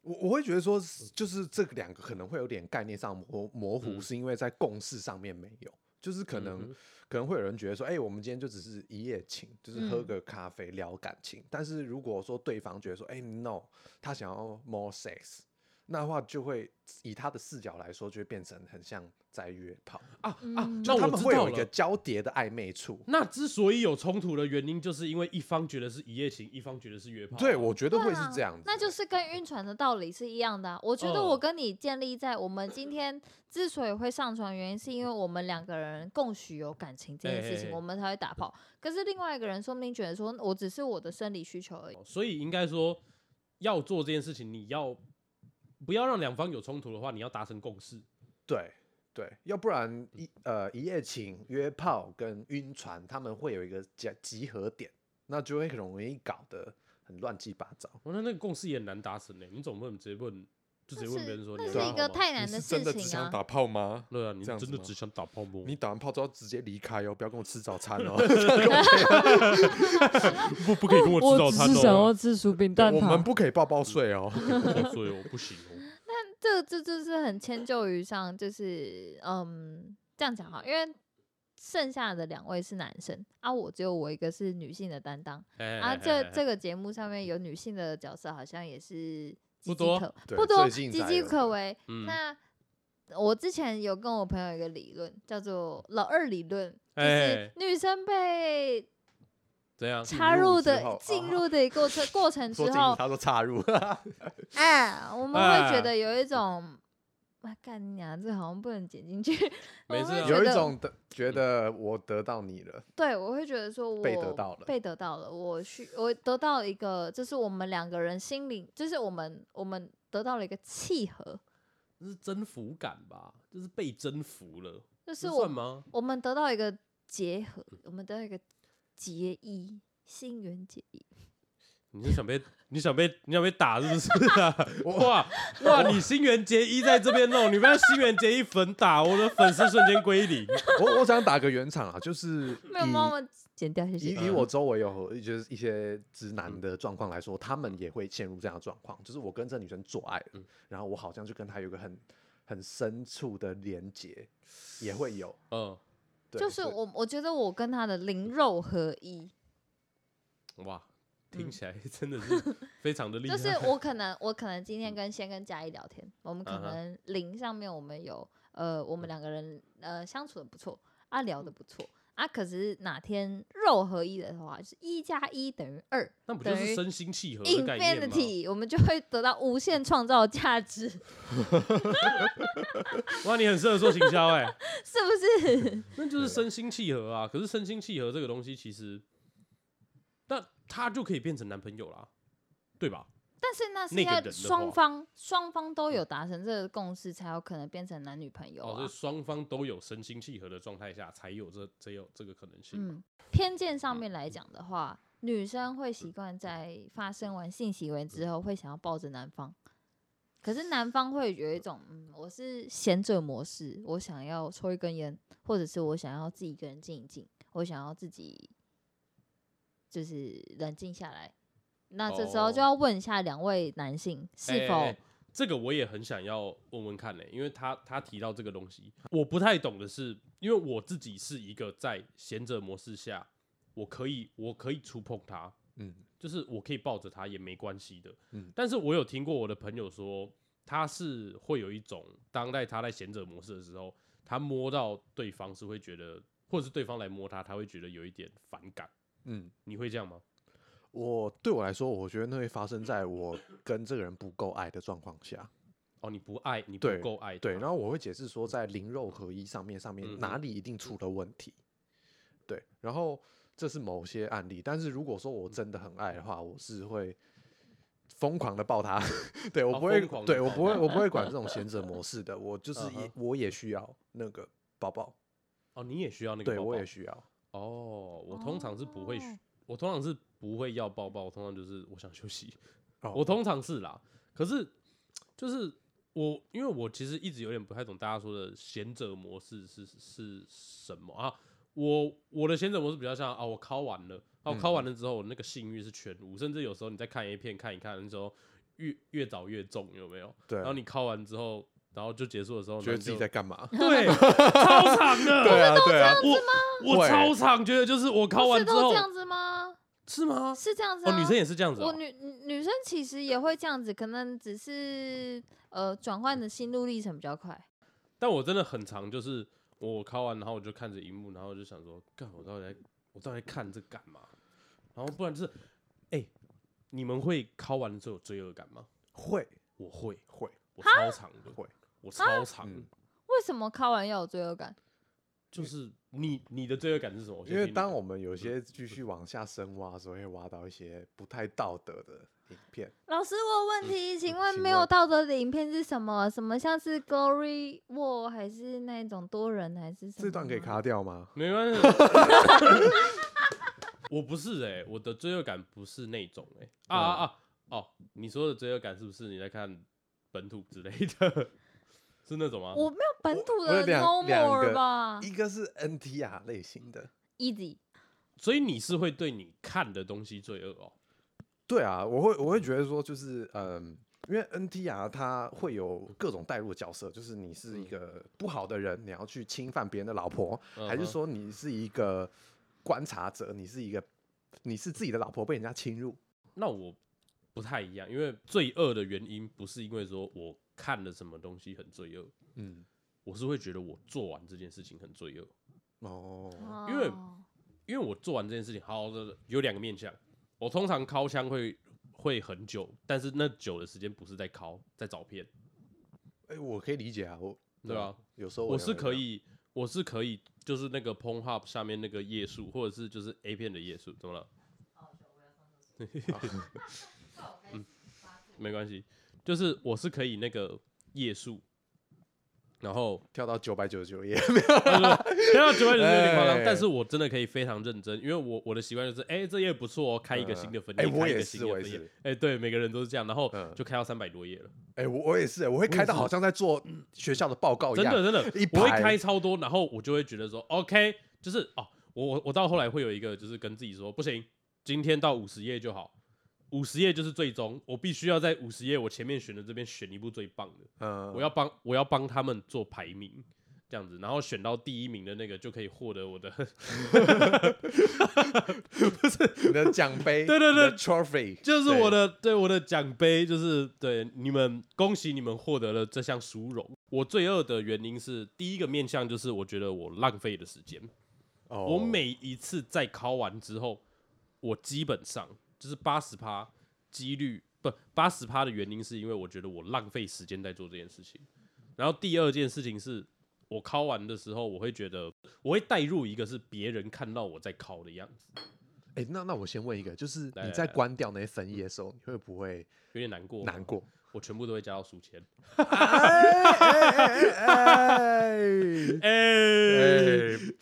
我我会觉得说，就是这两个可能会有点概念上模模糊，嗯是因为在共识上面没有，就是可能、嗯哼可能会有人觉得说，哎、我们今天就只是一夜情，就是喝嗯个咖啡聊感情。但是如果说对方觉得说，哎、n o 他想要 more sex，那话就会以他的视角来说，就会变成很像在约炮，啊啊嗯，那他我们知会道有一个了。嗯交叠的暧昧处。那之所以有冲突的原因，就是因为一方觉得是一夜情，一方觉得是约炮啊。对，我觉得对会是啊这样子、那就是跟晕船的道理是一样的啊、我觉得嗯我跟你建立在我们今天之所以会上船，原因是因为我们两个人共许有感情这件事哎哎情，哎我们才会打炮。可是另外一个人说不定觉得说我只是我的生理需求而已。哦所以应该说要做这件事情，你要不要让两方有冲突的话，你要达成共识。对对，要不然一呃一夜情、约炮跟晕船，他们会有一个集集合点，那就会很容易搞得很乱七八糟。我、哦、那那个共识也很难达成呢、欸你总不能直接问，就直接问别人说你那要是打一个炮吗太难事情啊！炮吗？对啊，你这样真子的吗只想打泡沫？打完炮之后直接离开哦，不要跟我吃早餐哦，这样跟我不不可以跟我吃早餐哦，吃薯饼 <laughs> 我们不可以抱抱睡哦。 <laughs> 所以我不行哦。这这就是很迁就于上，就是嗯，这样讲哈，因为剩下的两位是男生啊，我只有我一个是女性的担当。哎 <laughs> 啊，这这个节目上面有女性的角色，好像也是不岌岌多可对不多，最近岌才岌有可为。嗯那我之前有跟我朋友一个理论，叫做“老二理论”，就是哎女生被怎样？插哦入入之的后进哦入的过程过程说之进后，他说插入，哎，我们会哎觉得有一种。啊，干你娘！这好像不能剪进去。 <laughs> 我没事会啊 <laughs> 觉有一得种的觉得我得到你了，对，我会觉得说我被得到了被得到了，我需我得到一个，就是我们两个人心灵，就是我们我们得到了一个契合，这是征服感吧？这是被征服了，就是这算我吗？我们得到一个结合，我们得到一个结义，心猿结义。你是想被你想被 <laughs> 你想被打是不是啊？哇哇！你新垣结衣在这边弄，你不要新垣结衣粉打，我的粉丝瞬间归零。我我想打个圆场啊，就是 <laughs> 没有以帮我们剪掉，谢以谢。以我周围有就是一些直男的状况来说，他们也会陷入这样的状况，就是我跟这女生做爱了，然后我好像就跟她有一个很很深处的连接，也会有，嗯，对就是所以我，我觉得我跟他的灵肉合一，哇，听起来真的是非常的厉害。就是我可能我可能今天跟先跟嘉义聊天，我们可嗯嗯哼能零上面我们有呃我们两个人呃相处的不错啊聊的不错啊，可是哪天肉合一的话，就是一加一等于二那不就等是于身心契合的概念吗？ ，infinity，我们就会得到无限创造价值， <laughs> 是哇，你很适合做行销哎、不是？那就是身心契合啊。可是身心契合这个东西，其实，那他就可以变成男朋友啦，对吧？但是那是那个要人的双话嗯方双方都有达成这个共识，才有可能变成男女朋友哦，啊。所以双方都有身心契合的状态下，才有这才有这个可能性嘛。嗯嗯，偏见上面来讲的话，女生会习惯在发生完性行为嗯之后，会想要抱着男方。可是男方会有一种，嗯，我是贤者模式，我想要抽一根烟，或者是我想要自己一个人静一静，我想要自己就是冷静下来。那这时候就哦要问一下两位男性哎是哎否、哎这个我也很想要问问看呢、因为他他提到这个东西，我不太懂的是，因为我自己是一个在贤者模式下，我可以我可以触碰他，嗯，就是我可以抱着他也没关系的。嗯但是我有听过我的朋友说，他是会有一种，当代他在贤者模式的时候，他摸到对方是会觉得，或者是对方来摸他，他会觉得有一点反感。嗯，你会这样吗？我对我来说，我觉得那会发生在我跟这个人不够爱的状况下。哦，你不爱，你不对够爱他，对，然后我会解释说，在灵肉合一上面上面嗯哼哪里一定出了问题。对，然后这是某些案例，但是如果说我真的很爱的话，我是会疯狂的抱他， <laughs> 对我哦不会疯狂，地对我抱不会，他我不会管这种贤者模式的，我就是嗯也哼我也需要那个抱抱，哦，你也需要那个对抱我抱也需要。哦，我通常是不会需哦，我通常是不会要抱抱，我通常就是我想休息。哦 <laughs> 我通常是啦，可是就是我，因为我其实一直有点不太懂大家说的贤者模式是是什么啊？我我的贤者模式比较像啊，我敲完了，啊，我敲嗯完了之后，我那个性欲是全无，甚至有时候你在看 A 片看一看的时候，越越早越重，有没有？对然后你敲完之后，然后就结束的时候，觉然得后自己就在干 <laughs> 嘛？ <laughs> 对超长的，对啊，对啊，我我会超常觉得就是我敲不完是之都后这样子吗？是吗？是这样子、啊哦，女生也是这样子、哦。我女女女生其实也会这样子，可能只是呃转换的心路历程比较快。但我真的很常就是我敲完，然后我就看着荧幕，然后我就想说，干我到底在我到底在看这干嘛？然后不然就是，哎、你们会敲完之后有罪恶感吗？会我会，会我超长的，会，我超长，嗯为什么敲完要有罪恶感？就是你你的罪恶感是什么？先因为听你当的嗯我们有些继续往下深挖的时候，会挖到一些不太道德的影片。老师，我有问题，嗯请问请没有问道德的影片是什么？什么像是 Glory War 还是那一种多人还是什么？这段可以。卡掉吗？没关 <laughs> 系。我不是哎、我的罪恶感不是那种哎、啊啊啊！哦，你说的罪恶感是不是你在看本土之类的？ <laughs> 是那种吗？我没有本土我的有两 No 两个 More 啊吧一个是 NTR 类型的， ？Easy，所以你是会对你看的东西罪恶哦。对啊，我会我会觉得说就是嗯。因为 NTR 它会有各种代入角色，就是你是一个不好的人，你要去侵犯别人的老婆，还嗯嗯是哼说你是一个观察者，你是一个你是自己的老婆被人家侵入？那我不太一样，因为罪恶的原因不是因为说我看了什么东西很罪恶，嗯，我是会觉得我做完这件事情很罪恶，哦，因为哦因为我做完这件事情，好的有两个面向，我通常敲枪会会很久，但是那久的时间不是在敲，在找片，哎、我可以理解啊，我对啊，有时候我也是会可这样，以，我是可以，就是那个 p o n h u b 下面那个页数，或者是就是 A 片的页数，怎么了？哦 <laughs> 嗯，没关系，就是我是可以那个页数，然后跳到九百九十九页， <laughs> 不要九百九有点夸张哎，但是我真的可以非常认真，因为我我的习惯就是，哎、这页不错哦，开一个新的分页，嗯哎我开一也个是新的我也分页是，哎、对，每个人都是这样，然后嗯就开到三百多页了，哎、我我也是、我会开到好像在做学校的报告一真样，的真的哦一，我会排开超多，然后我就会觉得说，OK，就是哦，我我我到后来会有一个就是跟自己说，不行，今天到五十页就好，五十页就是最终，我必须要在五十页我前面选的这边选一部最棒的，嗯，我要帮我要帮他们做排名。这样子，然后选到第一名的那个就可以获得我的 <laughs> 你的奖杯，对对对你的，trophy，就是我的对我的奖杯，就是对你们恭喜你们获得了这项殊荣。我罪恶的原因是，第一个面向就是我觉得我浪费的时间，哦我每一次再考完之后，我基本上就是八十趴几率不八十趴的原因，是因为我觉得我浪费时间在做这件事情。然后第二件事情是我考完的时候，我会觉得我会带入一个是别人看到我在考的样子，哎、那那我先问一个，就是来你来在来关掉那些分页的时候，你会不会有点难过。难，过？我全部都会加到书签。 <laughs> 哎，哎 <laughs>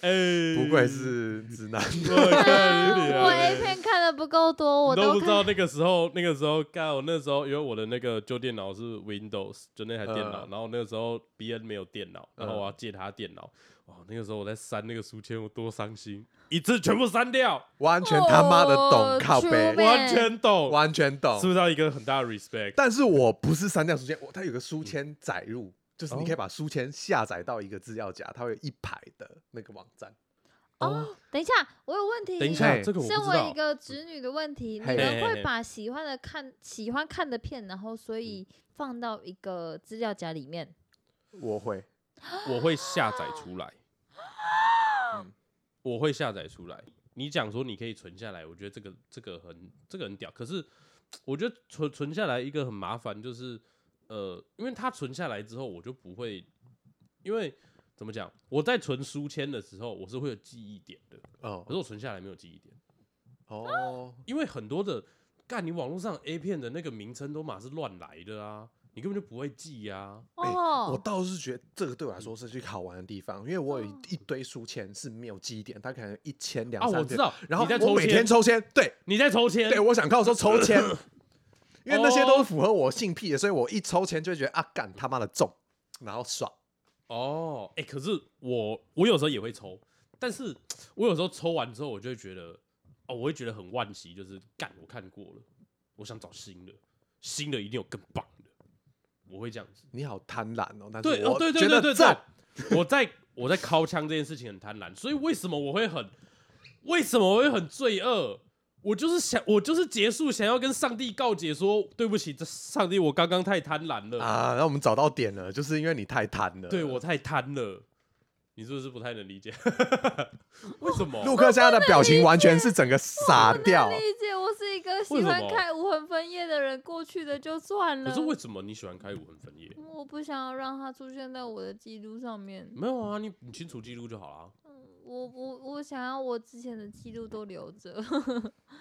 哎，不愧是直男， <laughs> 我看你啊我 A 片看的不够多，我你都不知看道那个时候，那个时候干，我那时候因为我的那个旧电脑是 Windows，就那台电脑，嗯然后那个时候 B N 没有电脑，然后我要借他电脑，嗯哇，那个时候我在删那个书签，我多伤心，一次全部删掉，完全他妈的懂哦靠背 true，完全懂，完全懂是。不是要一个很大的 respect？但是我不是删掉书签，我它有个书签载入，就是你哦可以把书签下载到一个资料夹，它会有一排的那个网站。哦。等一下，我有问题。等一嘿下，这个我不身知为一道，嗯个直女的问题，你嘿嘿们嘿会把喜欢的看、喜欢看的片，然后嗯所以放到一个资料夹里面？我会，我会下载出来，嗯我会下载出来。你讲说你可以存下来，我觉得这个这个很这个很屌。可是我觉得存存下来一个很麻烦，就是呃，因为它存下来之后，我就不会，因为怎么讲，我在存书签的时候，我是会有记忆点的，可哦是我存下来没有记忆点，哦，因为很多的干你网络上 A 片的那个名称都嘛是乱来的啊，你根本就不会记啊。哎我哦，倒是觉得这个对我来说嗯是去好玩的地方，因为我有哦一一堆书签是没有记忆点，它可能一千两啊，我三知千，道，然后你在我抽每天签，抽签，对你在抽签，哦对，我想靠说 <laughs> 抽签，因为那些都是符合我性癖的，所以我一抽签就会觉得啊干他妈的中，然后爽。哦，哎、可是我我有时候也会抽，但是我有时候抽完之后，我就会觉得，哦，我会觉得很惋惜，就是干我看过了，我想找新的，新的一定有更棒的，我会这样子。你好贪婪哦，但对，是哦，我对对觉对得对赞。对，我在我在敲枪这件事情很贪婪，所以为什么我会很，为什么我会很罪恶？我就是想，我就是结束，想要跟上帝告解说，对不起，这上帝，我刚刚太贪婪了，啊，那我们找到点了，就是因为你太贪了。对我太贪了，你是不是不太能理解？为什么？陆克现在的表情完全是整个傻掉我能。理解，我是一个喜为什欢么看无痕分页的人，过去的就算了。可是为什么你喜欢开五痕分页？我不想要让它出现在我的记录上面。嗯没有啊，你你清除记录就好啦。我我我想要我之前的记录都留着， <laughs>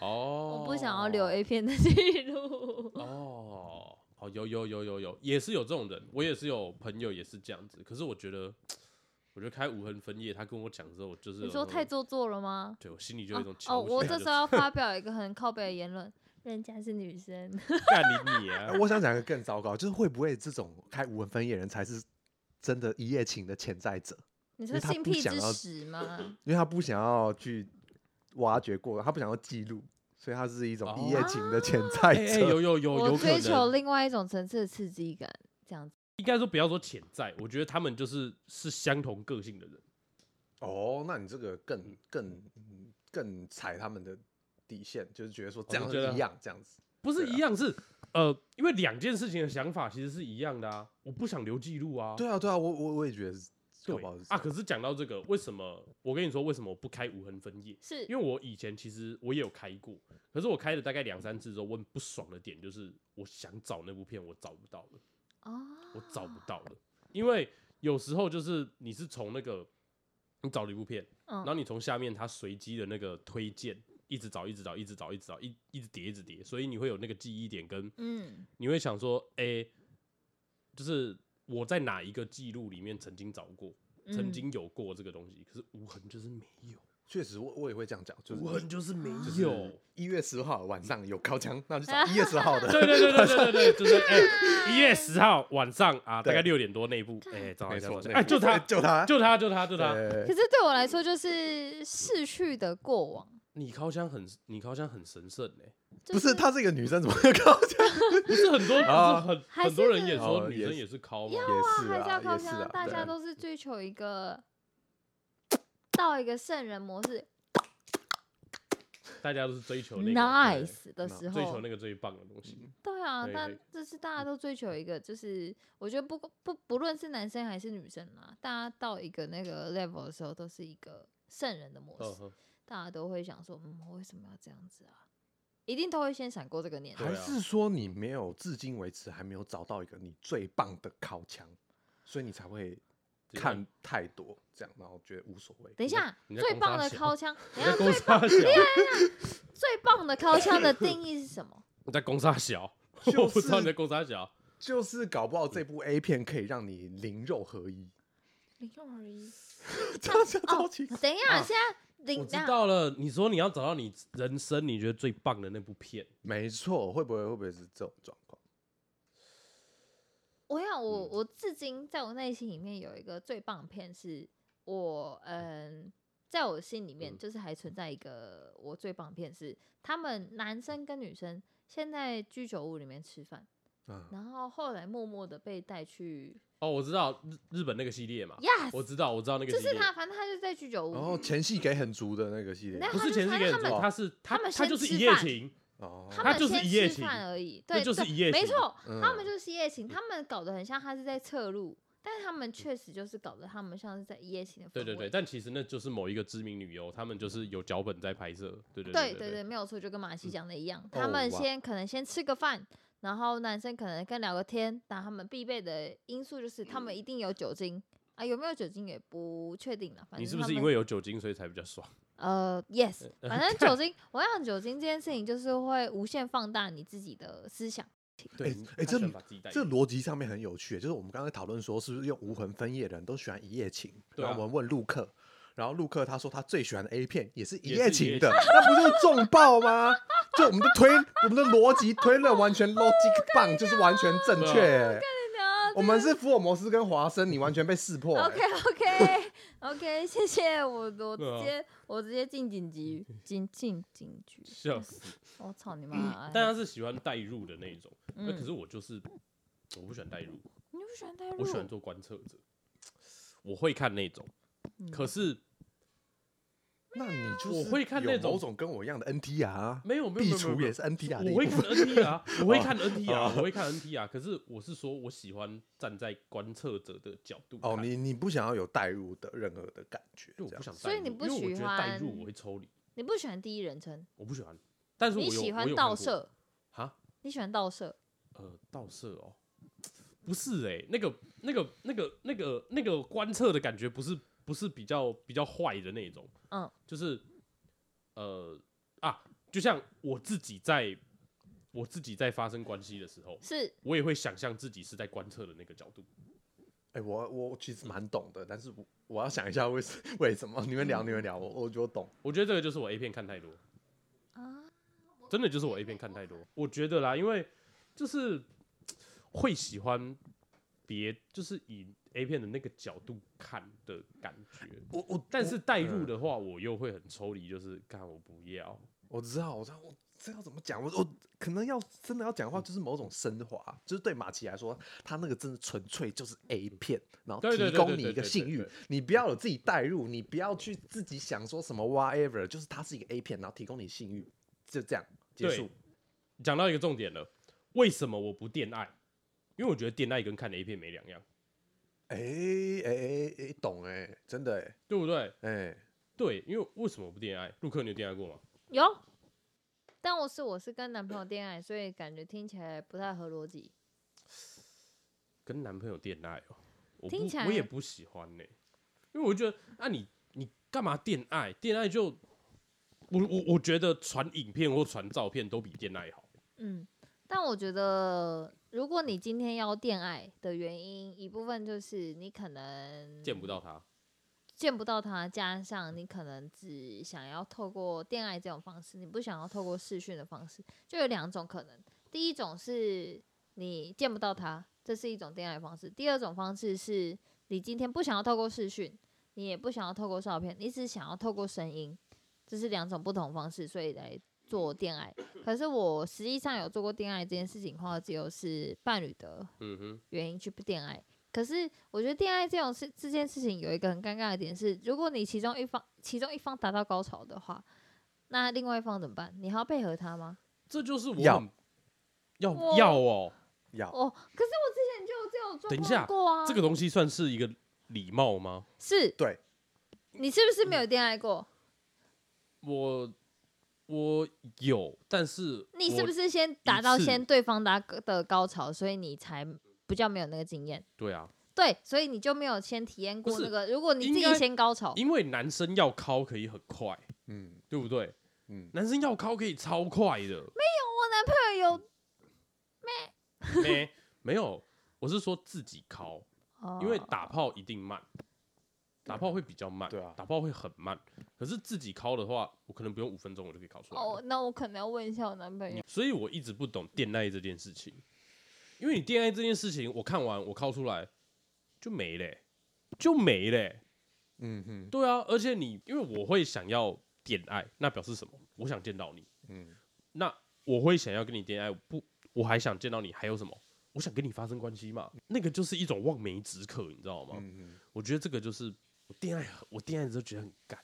哦，我不想要留 A 片的记 <laughs> 录。哦，好有有有有有，也是有这种人，我也是有朋友也是这样子。可是我觉得，我觉得开无痕分页，他跟我讲之后，我就是你有说那种太，做作了吗？对我心里就有一哦种瞧哦，不起我来这的时候 <laughs> 要发表一个很靠北的言论，人家是女生。干你你啊 <laughs> 哎！我想讲一个更糟糕，就是会不会这种开无文分页人才是真的一夜情的潜在者？你因说为他性不癖想之要始吗？因为他不想要去挖掘过，他不想要记录，所以他是一种一夜情的潜在哦哎哎，者。有有有有我可追求能，另外一种层次的刺激感，这样子。应该说不要说潜在，我觉得他们就是是相同个性的人。哦，那你这个更更更踩他们的底线，就是觉得说这样我是哦觉得一样这样子。不是对啊一样，是呃，因为两件事情的想法其实是一样的啊。我不想留记录啊。对啊，对啊，我我我也觉得是，对搞不好是这啊，样可是讲到这个，为什么我跟你说为什么我不开无痕分页？是因为我以前其实我也有开过，可是我开了大概两三次之后，我很不爽的点就是，我想找那部片我找不到了，哦，我找不到了，因为有时候就是你是从那个你找了一部片，然后嗯，你从下面它随机的那个推荐一直找，一直找，一直找，一直找，一一直叠，一直叠，所以你会有那个记忆点跟嗯，你会想说，诶，就是我在哪一个记录里面曾经找过，曾嗯经有过这个东西，可是无痕就是没有，确实我我也会这样讲，就是无痕就是没就是有。一月十号晚上有高枪，那就 <laughs> 找一月十号的。对对对对对对对，就是哎，一、月十号晚上啊，大对概六点多那一部，哎、找一没下，找错一，下那哎、个就他，就他，就他，就他，就他。可对是对我来说就是逝去的过往，你靠枪很，你靠枪很神圣哎、就不是她是一个女生，怎么会高枪？不是很多，不啊是很 <laughs> 还很多是人也哦说女也生是也是靠嘛要，也是还是要啊，靠也是枪啊，，大对家都是追求一个到一个圣人模式大家都是追求那个，nice 哦的那时对追求候那，个最棒的东西。对啊，对但对这是大家都追求一个，就是我觉得啊不不不论是男生还是女生啦，大家到一个那个 level 的时候，都是一个圣人的模呵式，呵大家都会想说，嗯，我为什么要这样子啊？一定都会先闪过这个念头对还啊。是说你没有至今为止还没有找到一个你最棒的靠墙，所以你才会怎样看太多这样，然后觉得无所谓。等一下，你在攻最棒的杀小靠 <laughs> 枪，你在等一下攻最杀小，最棒的靠枪的定义是什么？你在攻杀小，就 <laughs> 是我不知道你在攻杀小。就是搞不好这部 A 片可以让你灵肉合一， <laughs> <laughs> 零用而已。这样就超奇怪。哦等一下，啊现在我零知道了，你说你要找到你人生你觉得最棒的那部片，没错，会不会会不会是这种状况？我想嗯我我至今在我内心里面有一个最棒的片是，我嗯，在我心里面嗯就是还存在一个我最棒的片是，他们男生跟女生先在居酒屋里面吃饭，啊，然后后来默默的被带去哦，我知道日日本那个系列嘛，我 yes，知道，我知道那个哦就系是列，他，反正他就在居酒屋，然后前戏给很足的那个系列那不是他就前世他给他很多，们他是他他们他先就是吃一夜饭情，哦，他他们就是先一夜吃饭情而已，那对，就是对一夜没情错，嗯他们就是一夜情，他们搞得很像他是在侧路，但是他们确实就是搞得他们像是在一夜情的氛对对围对，但其实那就是某一个知名女优，他们就是有脚本在拍摄，对对对对嗯对，没有错，就跟马西讲的一样，哦他们哇先可能先吃个饭，然后男生可能跟聊个天，但他们必备的因素就是他们一定有酒精啊，有没有酒精也不确定了。反正你是不他是因们为有酒精所以才比较爽？呃，yes，反 <laughs> 正酒精，我想酒精这件事情就是会无限放大你自己的思想。对哎哎他这喜欢把自己带这进逻辑上面很有趣，就是我们刚才讨论说，是不是用无痕分页的人都喜欢一夜情？对啊然后我们问陆克，然后陆克他说他最喜欢的 A 片也是一也是夜一夜情情的，那不就是重爆吗？ <laughs> 就我们的推，我们的逻辑推论完全 logic 棒，就是完全正确对欸。我们是福尔摩斯跟华生，你完全被识破欸。 OK OK <laughs> OK，谢谢我，我对啊直接我直接进警局，进进警局，笑死！我操你妈！嗯哎但他是喜欢代入的那一种，那可嗯是我就是我不喜欢代入，你不喜欢带入，我喜欢做观测者，我会看那种，嗯可是那你就是我会看那有种某种跟我一样的 NTR，啊没有没有壁没有橱没有也是 NTR 的一我会部看分。 NTR，我啊会看哦啊 NTR，我会看 NTR。可是我是说，我喜欢站在观测者的角度哦，看你你不想要有代入的任何的感觉，因为这我不样想代入，所以你不因为我喜觉得代入欢我会抽离，你不喜欢第一人称，我不喜欢。但是我你有喜我欢有倒看过射，哈，你喜欢倒射，呃，倒射哦，不是哎、那个那个那个那个那个观测的感觉不是不是比较比较坏的那种，嗯，就是呃啊，就像我自己在我自己在发生关系的时候，是我也会想象自己是在观测的那个角度。哎、我我其实蛮懂的，但是我我要想一下为什为什么？你们聊，你们聊，我嗯我就懂。我觉得这个就是我 A 片看太多，啊，真的就是我 A 片看太多。我觉得啦，因为就是会喜欢别，就是以 A 片的那个角度看的感觉。我我但是代入嗯的话，我又会很抽离，就是看我不要。我知道，我知道，我这要怎么讲？我我可能要真的要讲的话，就是某种升华，就是对马奇来说，他那个真的纯粹就是 A 片，然后对对对提对供你对一个对性对欲对，你不要有自己代入，你不要去自己想说什么 whatever，就是它是一个 A 片，然后提供你性欲，就这样结对束。讲到一个重点了，为什么我不恋爱？因为我觉得恋爱跟看 A 片没两样，哎哎哎哎，懂哎、真的哎、对不对？哎、对，因为为什么我不恋爱？陆克，你有恋爱过吗？有。但我是我是跟男朋友恋爱，所以感觉听起来不太合逻辑。跟男朋友恋爱哦、我不听起来我也不喜欢呢、因为我觉得啊你，你干嘛恋爱？恋爱就我我我觉得传影片或传照片都比恋爱好。嗯，但我觉得，如果你今天要恋爱的原因，一部分就是你可能见不到他，见不到他，加上你可能只想要透过恋爱这种方式，你不想要透过视讯的方式，就有两种可能。第一种是你见不到他，这是一种恋爱方式；第二种方式是你今天不想要透过视讯，你也不想要透过照片，你只想要透过声音，这是两种不同方式，所以来做恋爱。可是我实际上有做过恋爱这件事情的话，只有是伴侣的嗯哼，原因去恋爱。可是我觉得恋爱这种事这件事情有一个很尴尬的点是，如果你其中一方其中一方达到高潮的话，那另外一方怎么办？你还要配合他吗？这就是我要很要我要哦、要哦，可是我之前就有这种等一状下况过啊。这个东西算是一个礼貌吗？是对，你是不是嗯没有恋爱过？我我有，但是你是我不是先达到次先对方达的高潮，所以你才比较没有那个经验？对啊？对，所以你就没有先体验过不是那个。如果你自应己该先高潮，因为男生要敲可以很快，嗯对不对？嗯，男生要敲可以超快的，哦我男朋友有没没有，我是说自己敲，哦，因为打炮一定慢，打炮会比较慢，对啊打炮会很慢。可是自己敲的话，我可能不用五分钟我就可以敲出来了。哦，那我可能要问一下我男朋友。所以我一直不懂电爱这件事情，因为你电爱这件事情，我看完我靠出来就没嘞、就没嘞、嗯哼，对啊，而且你因为我会想要电爱，那表示什么？我想见到你，嗯，那我会想要跟你恋爱，不，我还想见到你，还有什么？我想跟你发生关系嘛？那个就是一种望梅止渴，你知道吗？嗯我觉得这个就是我恋爱，我恋爱的时候觉得很干。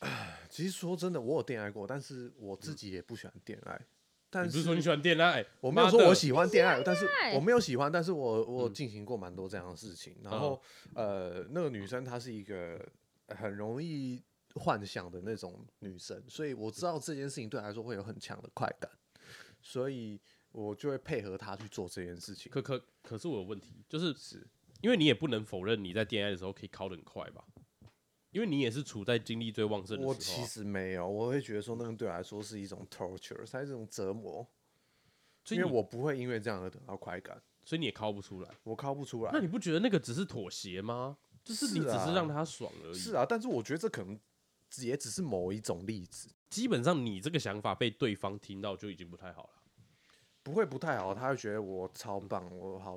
哼，其实说真的，我有恋爱过，但是我自己也不喜欢恋爱。但嗯你不是说你喜欢恋爱？我没有妈说的我喜欢恋爱，但是爱我没有喜欢，但是我我嗯进行过蛮多这样的事情。然后呃，那个女生她是一个很容易幻想的那种女生，所以我知道这件事情对她来说会有很强的快感，所以我就会配合她去做这件事情。可可可是我有问题，就是是因为你也不能否认你在恋爱的时候可以考得很快吧？因为你也是处在精力最旺盛的时候我啊、其实没有，我会觉得说那个对我来说是一种 torture，它是一种折磨，所因以为你我不会因为这样而得到快感，所以你也考不出来。我靠不出来。那你不觉得那个只是妥协吗？就是你是只啊是让他爽而已。是啊，但是我觉得这可能只也只是某一种例子。基本上你这个想法被对方听到就已经不太好了。不会不太好，他会觉得我超棒，我好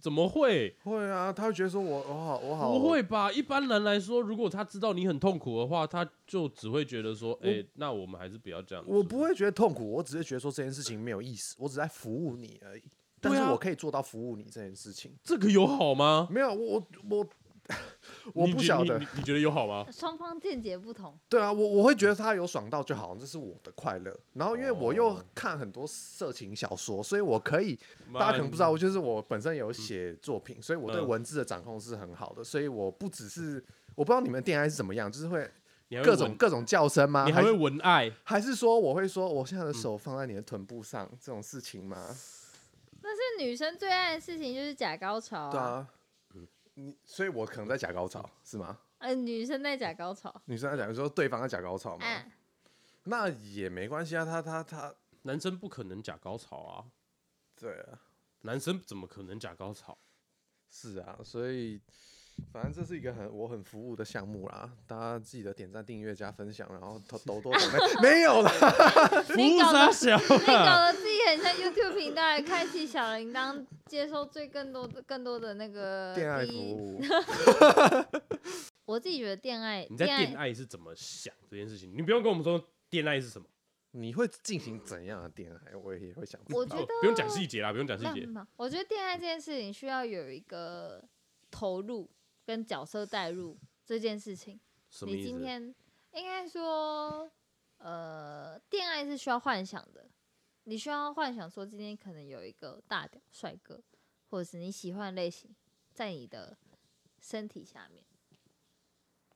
怎么会？会啊，他会觉得说我我好我好不会吧？一般人来说，如果他知道你很痛苦的话，他就只会觉得说：“哎、那我们还是不要这样。”我不，会觉得痛苦，我只是觉得说这件事情没有意思，我只是在服务你而已。但对是啊我可以做到服务你这件事情，这个有好吗？没有我我我我你不觉晓你得你，你觉得有好吗？双方见解不同，对啊，我我会觉得他有爽到就好，这是我的快乐。然后因为我又哦看很多色情小说，所以我可以 <laughs> 大家可能不知道，就是我本身有写作品，所以我对嗯文字的掌控是很好的，所以我不只是我不知道你们恋爱是怎么样，就是会你还会各种闻各种叫声吗？哎你还是会嗯文爱？还是说我会说我现在的手放在你的臀部上、这种事情吗？但是女生最爱的事情就是假高潮对，啊，嗯你所以我可能在假高潮是吗？呃，女生在假高潮，女生在讲说对方在假高潮吗？哎，那也没关系啊，他他他，男生不可能假高潮啊！对啊，男生怎么可能假高潮？是啊，所以反正这是一个很我很服务的项目啦，大家记得点赞、订阅、加分享，然后都都多准备 <laughs> 没有啦，服 <laughs> 你务搞傻得小你搞啊！得自己很像 YouTube 频道，开启小铃铛，接收最更多的更多的那个恋爱呃第服一务。 <laughs> 我自己觉得恋爱，你在恋恋爱爱是怎么想这件事情？你不用跟我们说恋爱是什么，你会进行怎样的恋爱？我也会想知道。我觉哦得不用讲细节啦，不用讲细浪节。漫。我觉得恋爱这件事情需要有一个投入跟角色代入这件事情。什么你意今思？天应该说，呃，恋爱是需要幻想的，你需要幻想说今天可能有一个大屌帅哥，或者是你喜欢的类型，在你的身体下面。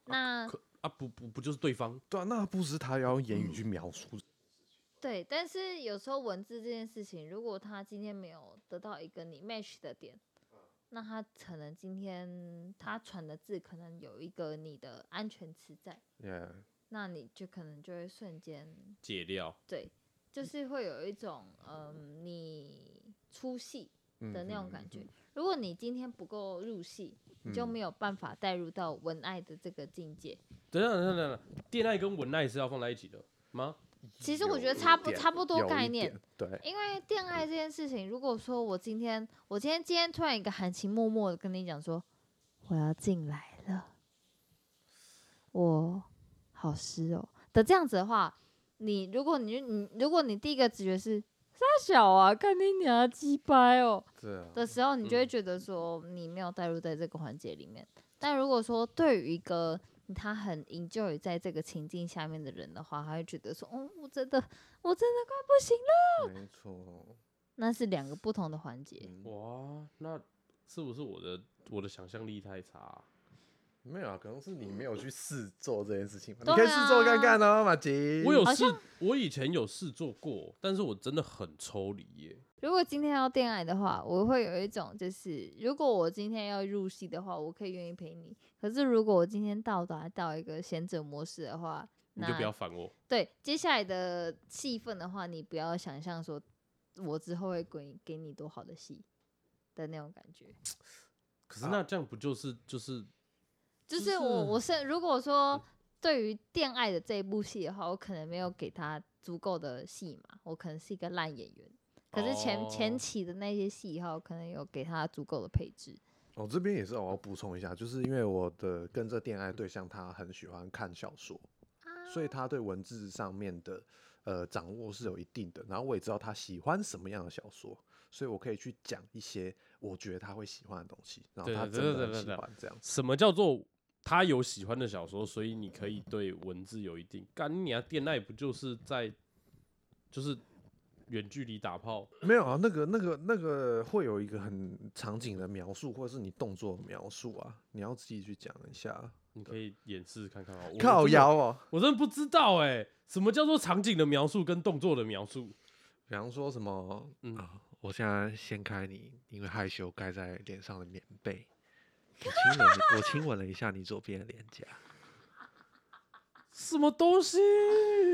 那可啊，不不不就是对方？对啊，那不是他要用言语去嗯描述对，但是有时候文字这件事情，如果他今天没有得到一个你 match 的点，嗯那他可能今天他传的字可能有一个你的安全词在， Yeah，那你就可能就会瞬间解掉。对，就是会有一种嗯你出戏嗯的那种感觉。如果你今天不够入戏，你嗯就没有办法带入到文爱的这个境界。等一下等一下等一下，恋爱跟文爱是要放在一起的吗？其实我觉得差不有一点差不多有一概点念，对，因为恋爱这件事情，如果说我今天，我今天今天突然一个含情脉脉的跟你讲说，我要进来了，我好湿哦的这样子的话，你如果你你如果你第一个直觉是傻小啊，看你娘鸡掰哦对啊，的时候，你就会嗯觉得说你没有带入在这个环节里面。但如果说对于一个他很 enjoy 在这个情境下面的人的话，他会觉得说，嗯，我真的我真的快不行了。没错。那是两个不同的环节。嗯哇，那是不是我的我的想象力太差啊、没有啊，可能是你没有去试做这件事情吧。你对可以试做看啊看哦，马吉。我有好试，我以前有试做过，但是我真的很抽离耶。如果今天要恋爱的话，我会有一种就是，如果我今天要入戏的话，我可以愿意陪你。可是如果我今天到达到一个贤者模式的话，你那就不要烦我，对接下来的戏份的话，你不要想象说我之后会给给你多好的戏的那种感觉。可是那这样不就是就是就就嗯是我是我是如果说对于恋爱的这一部戏的话，我可能没有给他足够的戏嘛，我可能是一个烂演员。可是前、前哦期的那些戏以后，可能有给他足够的配置。我哦这边也是我要补充一下，就是因为我的跟这恋爱对象他很喜欢看小说，所以他对文字上面的呃掌握是有一定的。然后我也知道他喜欢什么样的小说，所以我可以去讲一些我觉得他会喜欢的东西，然后对他对真对的对很对喜对欢这样子。什么叫做他有喜欢的小说，所以你可以对文字有一定干你啊？恋爱不就是在就是远距离打炮？没有啊，那个那个那个会有一个很场景的描述，或者是你动作的描述啊，你要自己去讲一下。啊你可以演示看看啊。我靠真的 <laughs> 腰，哦，我真的不知道哎、什么叫做场景的描述跟动作的描述？比方说什么，嗯啊，我现在掀开你，因为害羞盖在脸上的棉被，我亲吻了，我亲吻了一下你左边的脸颊，什么东西？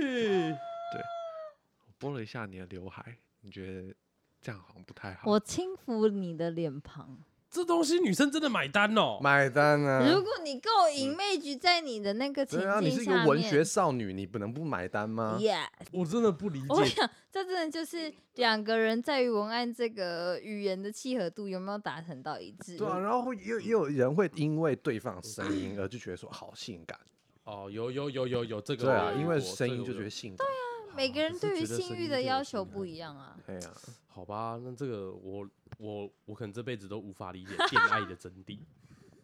我拨了一下你的刘海，你觉得这样好像不太好？我轻抚你的脸庞，这东西女生真的买单哦、买单如啊！果你够 image 在你的那个情对境啊，下你面，是一个文学啊少女，你不能不买单吗？ Yeah， <laughs> 我真的不理我解。想这真的就是两个人在于文案这个语言的契合度有没有达成到一致。对啊，然后会也有也有人会因为对方的声音而就觉得说好性感，哦，有有有有有这个对我啊，有遇因为过声这音个就我觉有得性感，每个人可是对于觉得性声欲音的这个要有求性不感一样啊。对啊，好吧，那这个我我我可能这辈子都无法理解恋爱的真谛。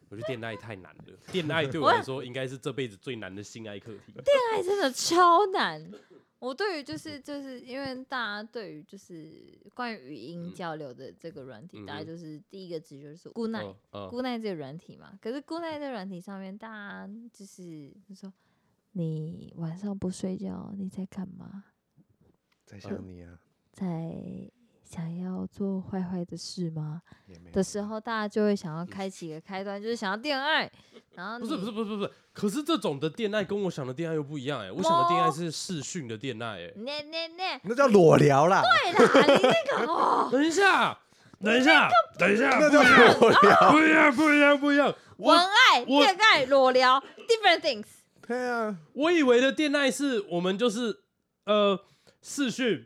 我觉得恋爱太难了，恋爱对我来说应该是这辈子最难的性爱课题。爱哎真的超难。我对于就是就是因为大家对于就是关于语音嗯交流的这个软体，嗯哼大家就是第一个直觉就是 Good Night、嗯，嗯 Good Night 这个软体嘛。可是 Good Night 这个软体上面，大家就是就说你晚上不睡觉，你在干嘛？在嗯想你啊，在想要做坏坏的事吗？也没有啊的时候，大家就会想要开启一个开端，就是想要恋爱。然后不是你不是不是不是不是，可是这种的恋爱跟我想的恋爱又不一样哎、我想的恋爱是视讯的恋爱哎、那那那，那叫裸聊啦，对啦，你那个哦，等一下，等一下，等一啊下，那叫裸聊。 <laughs> 不一样，不一样，不一样。文我爱、我恋爱、裸聊，different things。对啊，我以为的恋爱是我们就是呃视讯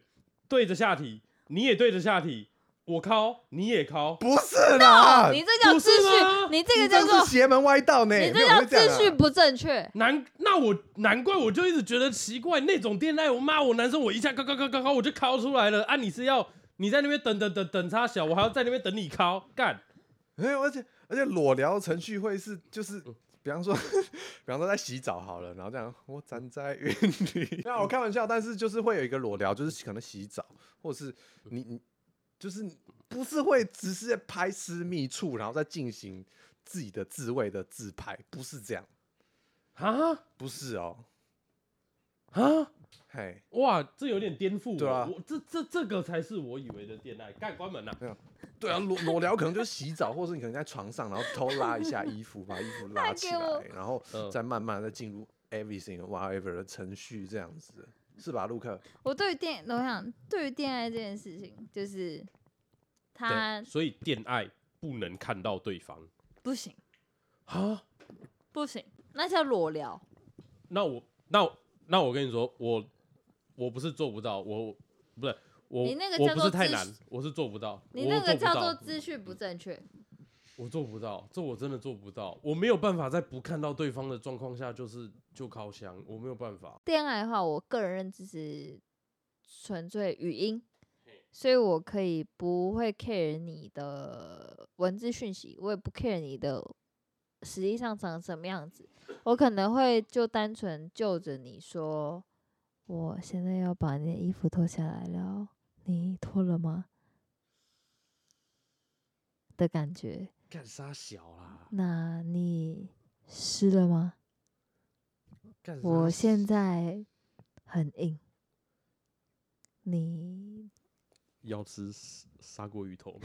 对着下体，你也对着下体，我靠，你也靠，不是啦，你这叫啊不秩是吗序，你这个叫做是邪门歪道呢，你没这有叫人会这样秩啊序不正确。难，那我难怪我就一直觉得奇怪，那种恋爱，我妈我男生我一下咔咔咔咔咔我就敲出来了啊！你是要你在那边等等等等他小，我还要在那边等你敲干，没有，哎而且而且裸聊程序会是就是，比方说， <laughs> 比方说在洗澡好了，然后这样我站在云 <laughs> 里，啊那我开玩笑，但是就是会有一个裸聊，就是可能洗澡，或是你你就是不是会只是在拍私密处，然后再进行自己的自慰的自拍，不是这样，啊不是哦，啊！嘿，哇，这有点颠覆我，对啊我这这这个才是我以为的恋爱，干关门呐、啊！对啊，裸裸聊可能就是洗澡，或是你可能在床上，然后偷拉一下衣服，把衣服拉那起给我来，然后嗯再慢慢的进入 everything whatever 的程序，这样子是吧，陆克？我对于恋，我想对于恋爱这件事情，就是他对，所以恋爱不能看到对方不行啊。不行，那叫裸聊。那我那我那我跟你说，我我不是做不到，我不是我你那个我叫不是做太自难，我是做不到，你我那个不叫到做秩序不正确。我做不到，这我真的做不到，我没有办法在不看到对方的状况下就是就靠香，我没有办法。恋爱的话，我个人认知是纯粹语音，所以我可以不会 care 你的文字讯息，我也不 care 你的实际上长什么样子，我可能会就单纯就着你说，我现在要把你的衣服脱下来了，你脱了吗？的感觉，干啥小啦？那你湿了吗？干啥我现在很硬，你要吃砂砂锅鱼头吗？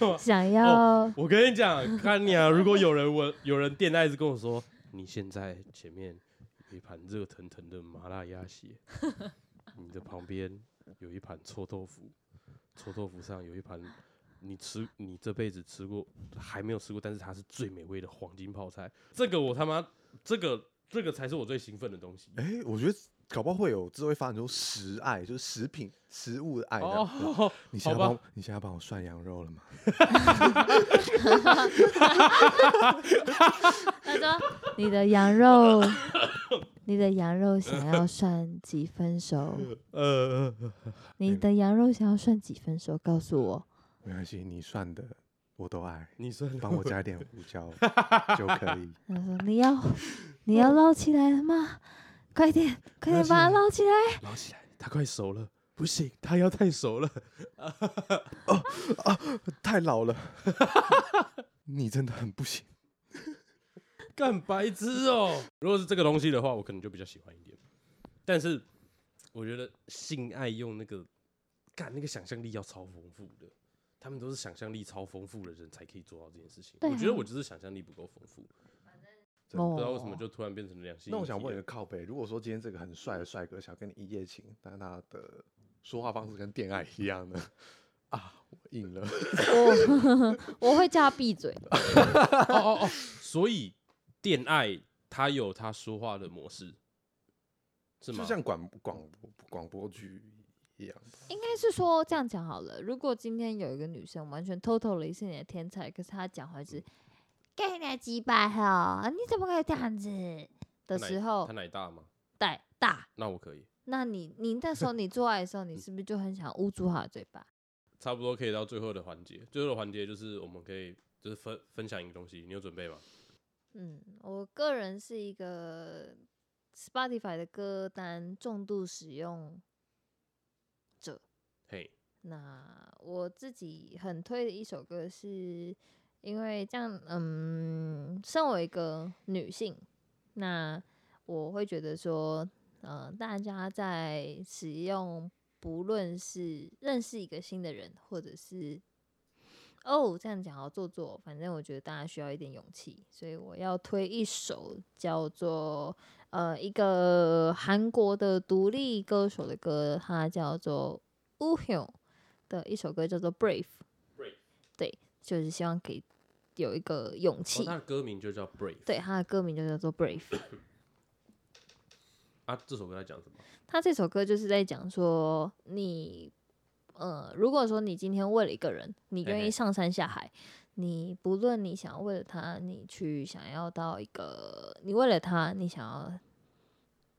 哦想要、我跟你讲，看你啊，如果有人问，有人电爱子跟我说，你现在前面有一盘热腾腾的麻辣鸭血，你的旁边有一盘臭豆腐，臭豆腐上有一盘你吃你这辈子吃过还没有吃过，但是它是最美味的黄金泡菜，这个我他妈这个这个才是我最兴奋的东西。哎、我觉得搞不好会有之后会发展出食爱，就是食品、食物的爱。哦，哦，好你现在吧帮，你现在帮我涮羊肉了吗？他说：“你的 <laughs> 羊肉，你的羊肉想要算几分熟？呃，呃你的羊肉想要算几分熟？告诉我。没关系，你涮的我都爱，你说帮我加一点胡 <laughs> 椒就可以。”他说：“你要，你要捞起来了吗？快点，快点把它捞起来！捞起 <laughs> 来，它快熟了，不行，它要太熟了。太老了， <laughs> 你真的很不行。干白痴哦、如果是这个东西的话，我可能就比较喜欢一点。但是我觉得性爱用那个干那个想象力要超丰富的，他们都是想象力超丰富的人才可以做到这件事情。对啊我觉得我只是想象力不够丰富，哦不知道为什么就突然变成两性。那我想问一个，靠背，如果说今天这个很帅的帅哥想跟你一夜情，但是他的说话方式跟恋爱一样呢？啊，我硬了。我 <laughs> 我会叫他闭嘴。 <laughs> 哦哦哦，所以恋爱他有他说话的模式，是吗？就像广广播广播剧一样吧。应该是说这样讲好了。如果今天有一个女生完全 totally 是你的天才，可是她讲话是“给你几百啊哈，你怎么可以这样子”他的奶时候他，奶大吗？带大。那我可以，那你你那时候你做爱的时候，你是不是就很想捂住他的嘴巴？差不多可以到最后的环节。最后的环节就是我们可以就是分分享一个东西，你有准备吗？嗯，我个人是一个 Spotify 的歌单重度使用。嘿，那我自己很推的一首歌是，因为这样，嗯，身为一个女性，那我会觉得说，呃，大家在使用，不论是认识一个新的人，或者是哦这样讲好做作，反正我觉得大家需要一点勇气，所以我要推一首叫做呃一个韩国的独立歌手的歌，它叫做 u h y o 的一首歌叫做 Brave， Brave 对，就是希望给有一个勇哦，气。他的歌名就叫《Brave》。对，他的歌名就叫做《Brave》。啊，这首歌在讲什么？他这首歌就是在讲说，你呃，如果说你今天为了一个人，你嘿愿嘿意上山下海，你不论你想要为了他，你去想要到一个，你为了他，你想要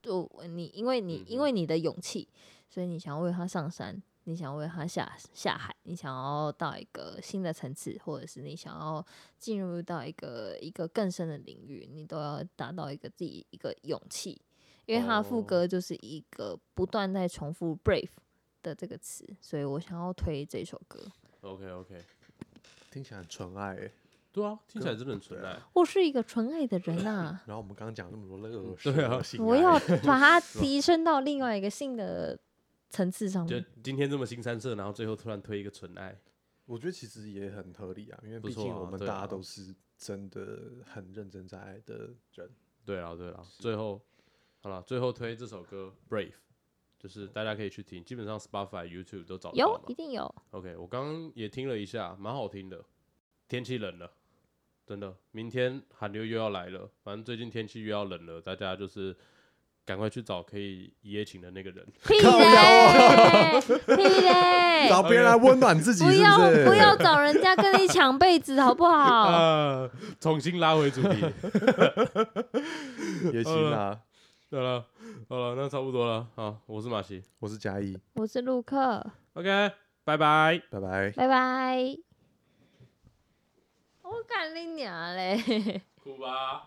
就你因为你、嗯因哼为你的勇气，所以你想要为他上山。你想要为他下下海，你想要到一个新的层次，或者是你想要进入到一个一个更深的领域，你都要达到一个自己一个勇气。因为它的哦副歌就是一个不断在重复 brave 的这个词，所以我想要推这首歌。 OK OK，听起来很纯爱、欸。、对啊，听起来真的很纯爱。我是一个纯爱的人啊呐然后我们刚刚讲那么多乐事，对啊性我爱 <laughs> 要把它提升到另外一个新的层次上就面。今天这么新三色，然后最后突然推一个纯爱，我觉得其实也很合理啊，因为不毕错竟啊我们对大啊家都是真的很认真在爱的人。对了对了，最后好了，最后推这首歌《Brave》，就是大家可以去听，基本上 Spotify、YouTube 都找得到有，嘛一。定有。 OK，我刚刚也听了一下，蛮好听的。天气冷了，真的，明天寒流又要来了，反正最近天气又要冷了，大家就是赶快去找可以一夜情的那个人。屁嘞，屁嘞！ <laughs> 找别人来温暖自己，不是要是？不要找人家跟你抢被子，好不好？啊， <laughs> 重新拉回主题。也嗯行啊。对了，好了，那差不多了。好，我是马西。我是嘉义，我是陆克， OK，拜拜。拜拜。拜拜。我干你娘嘞！哭吧。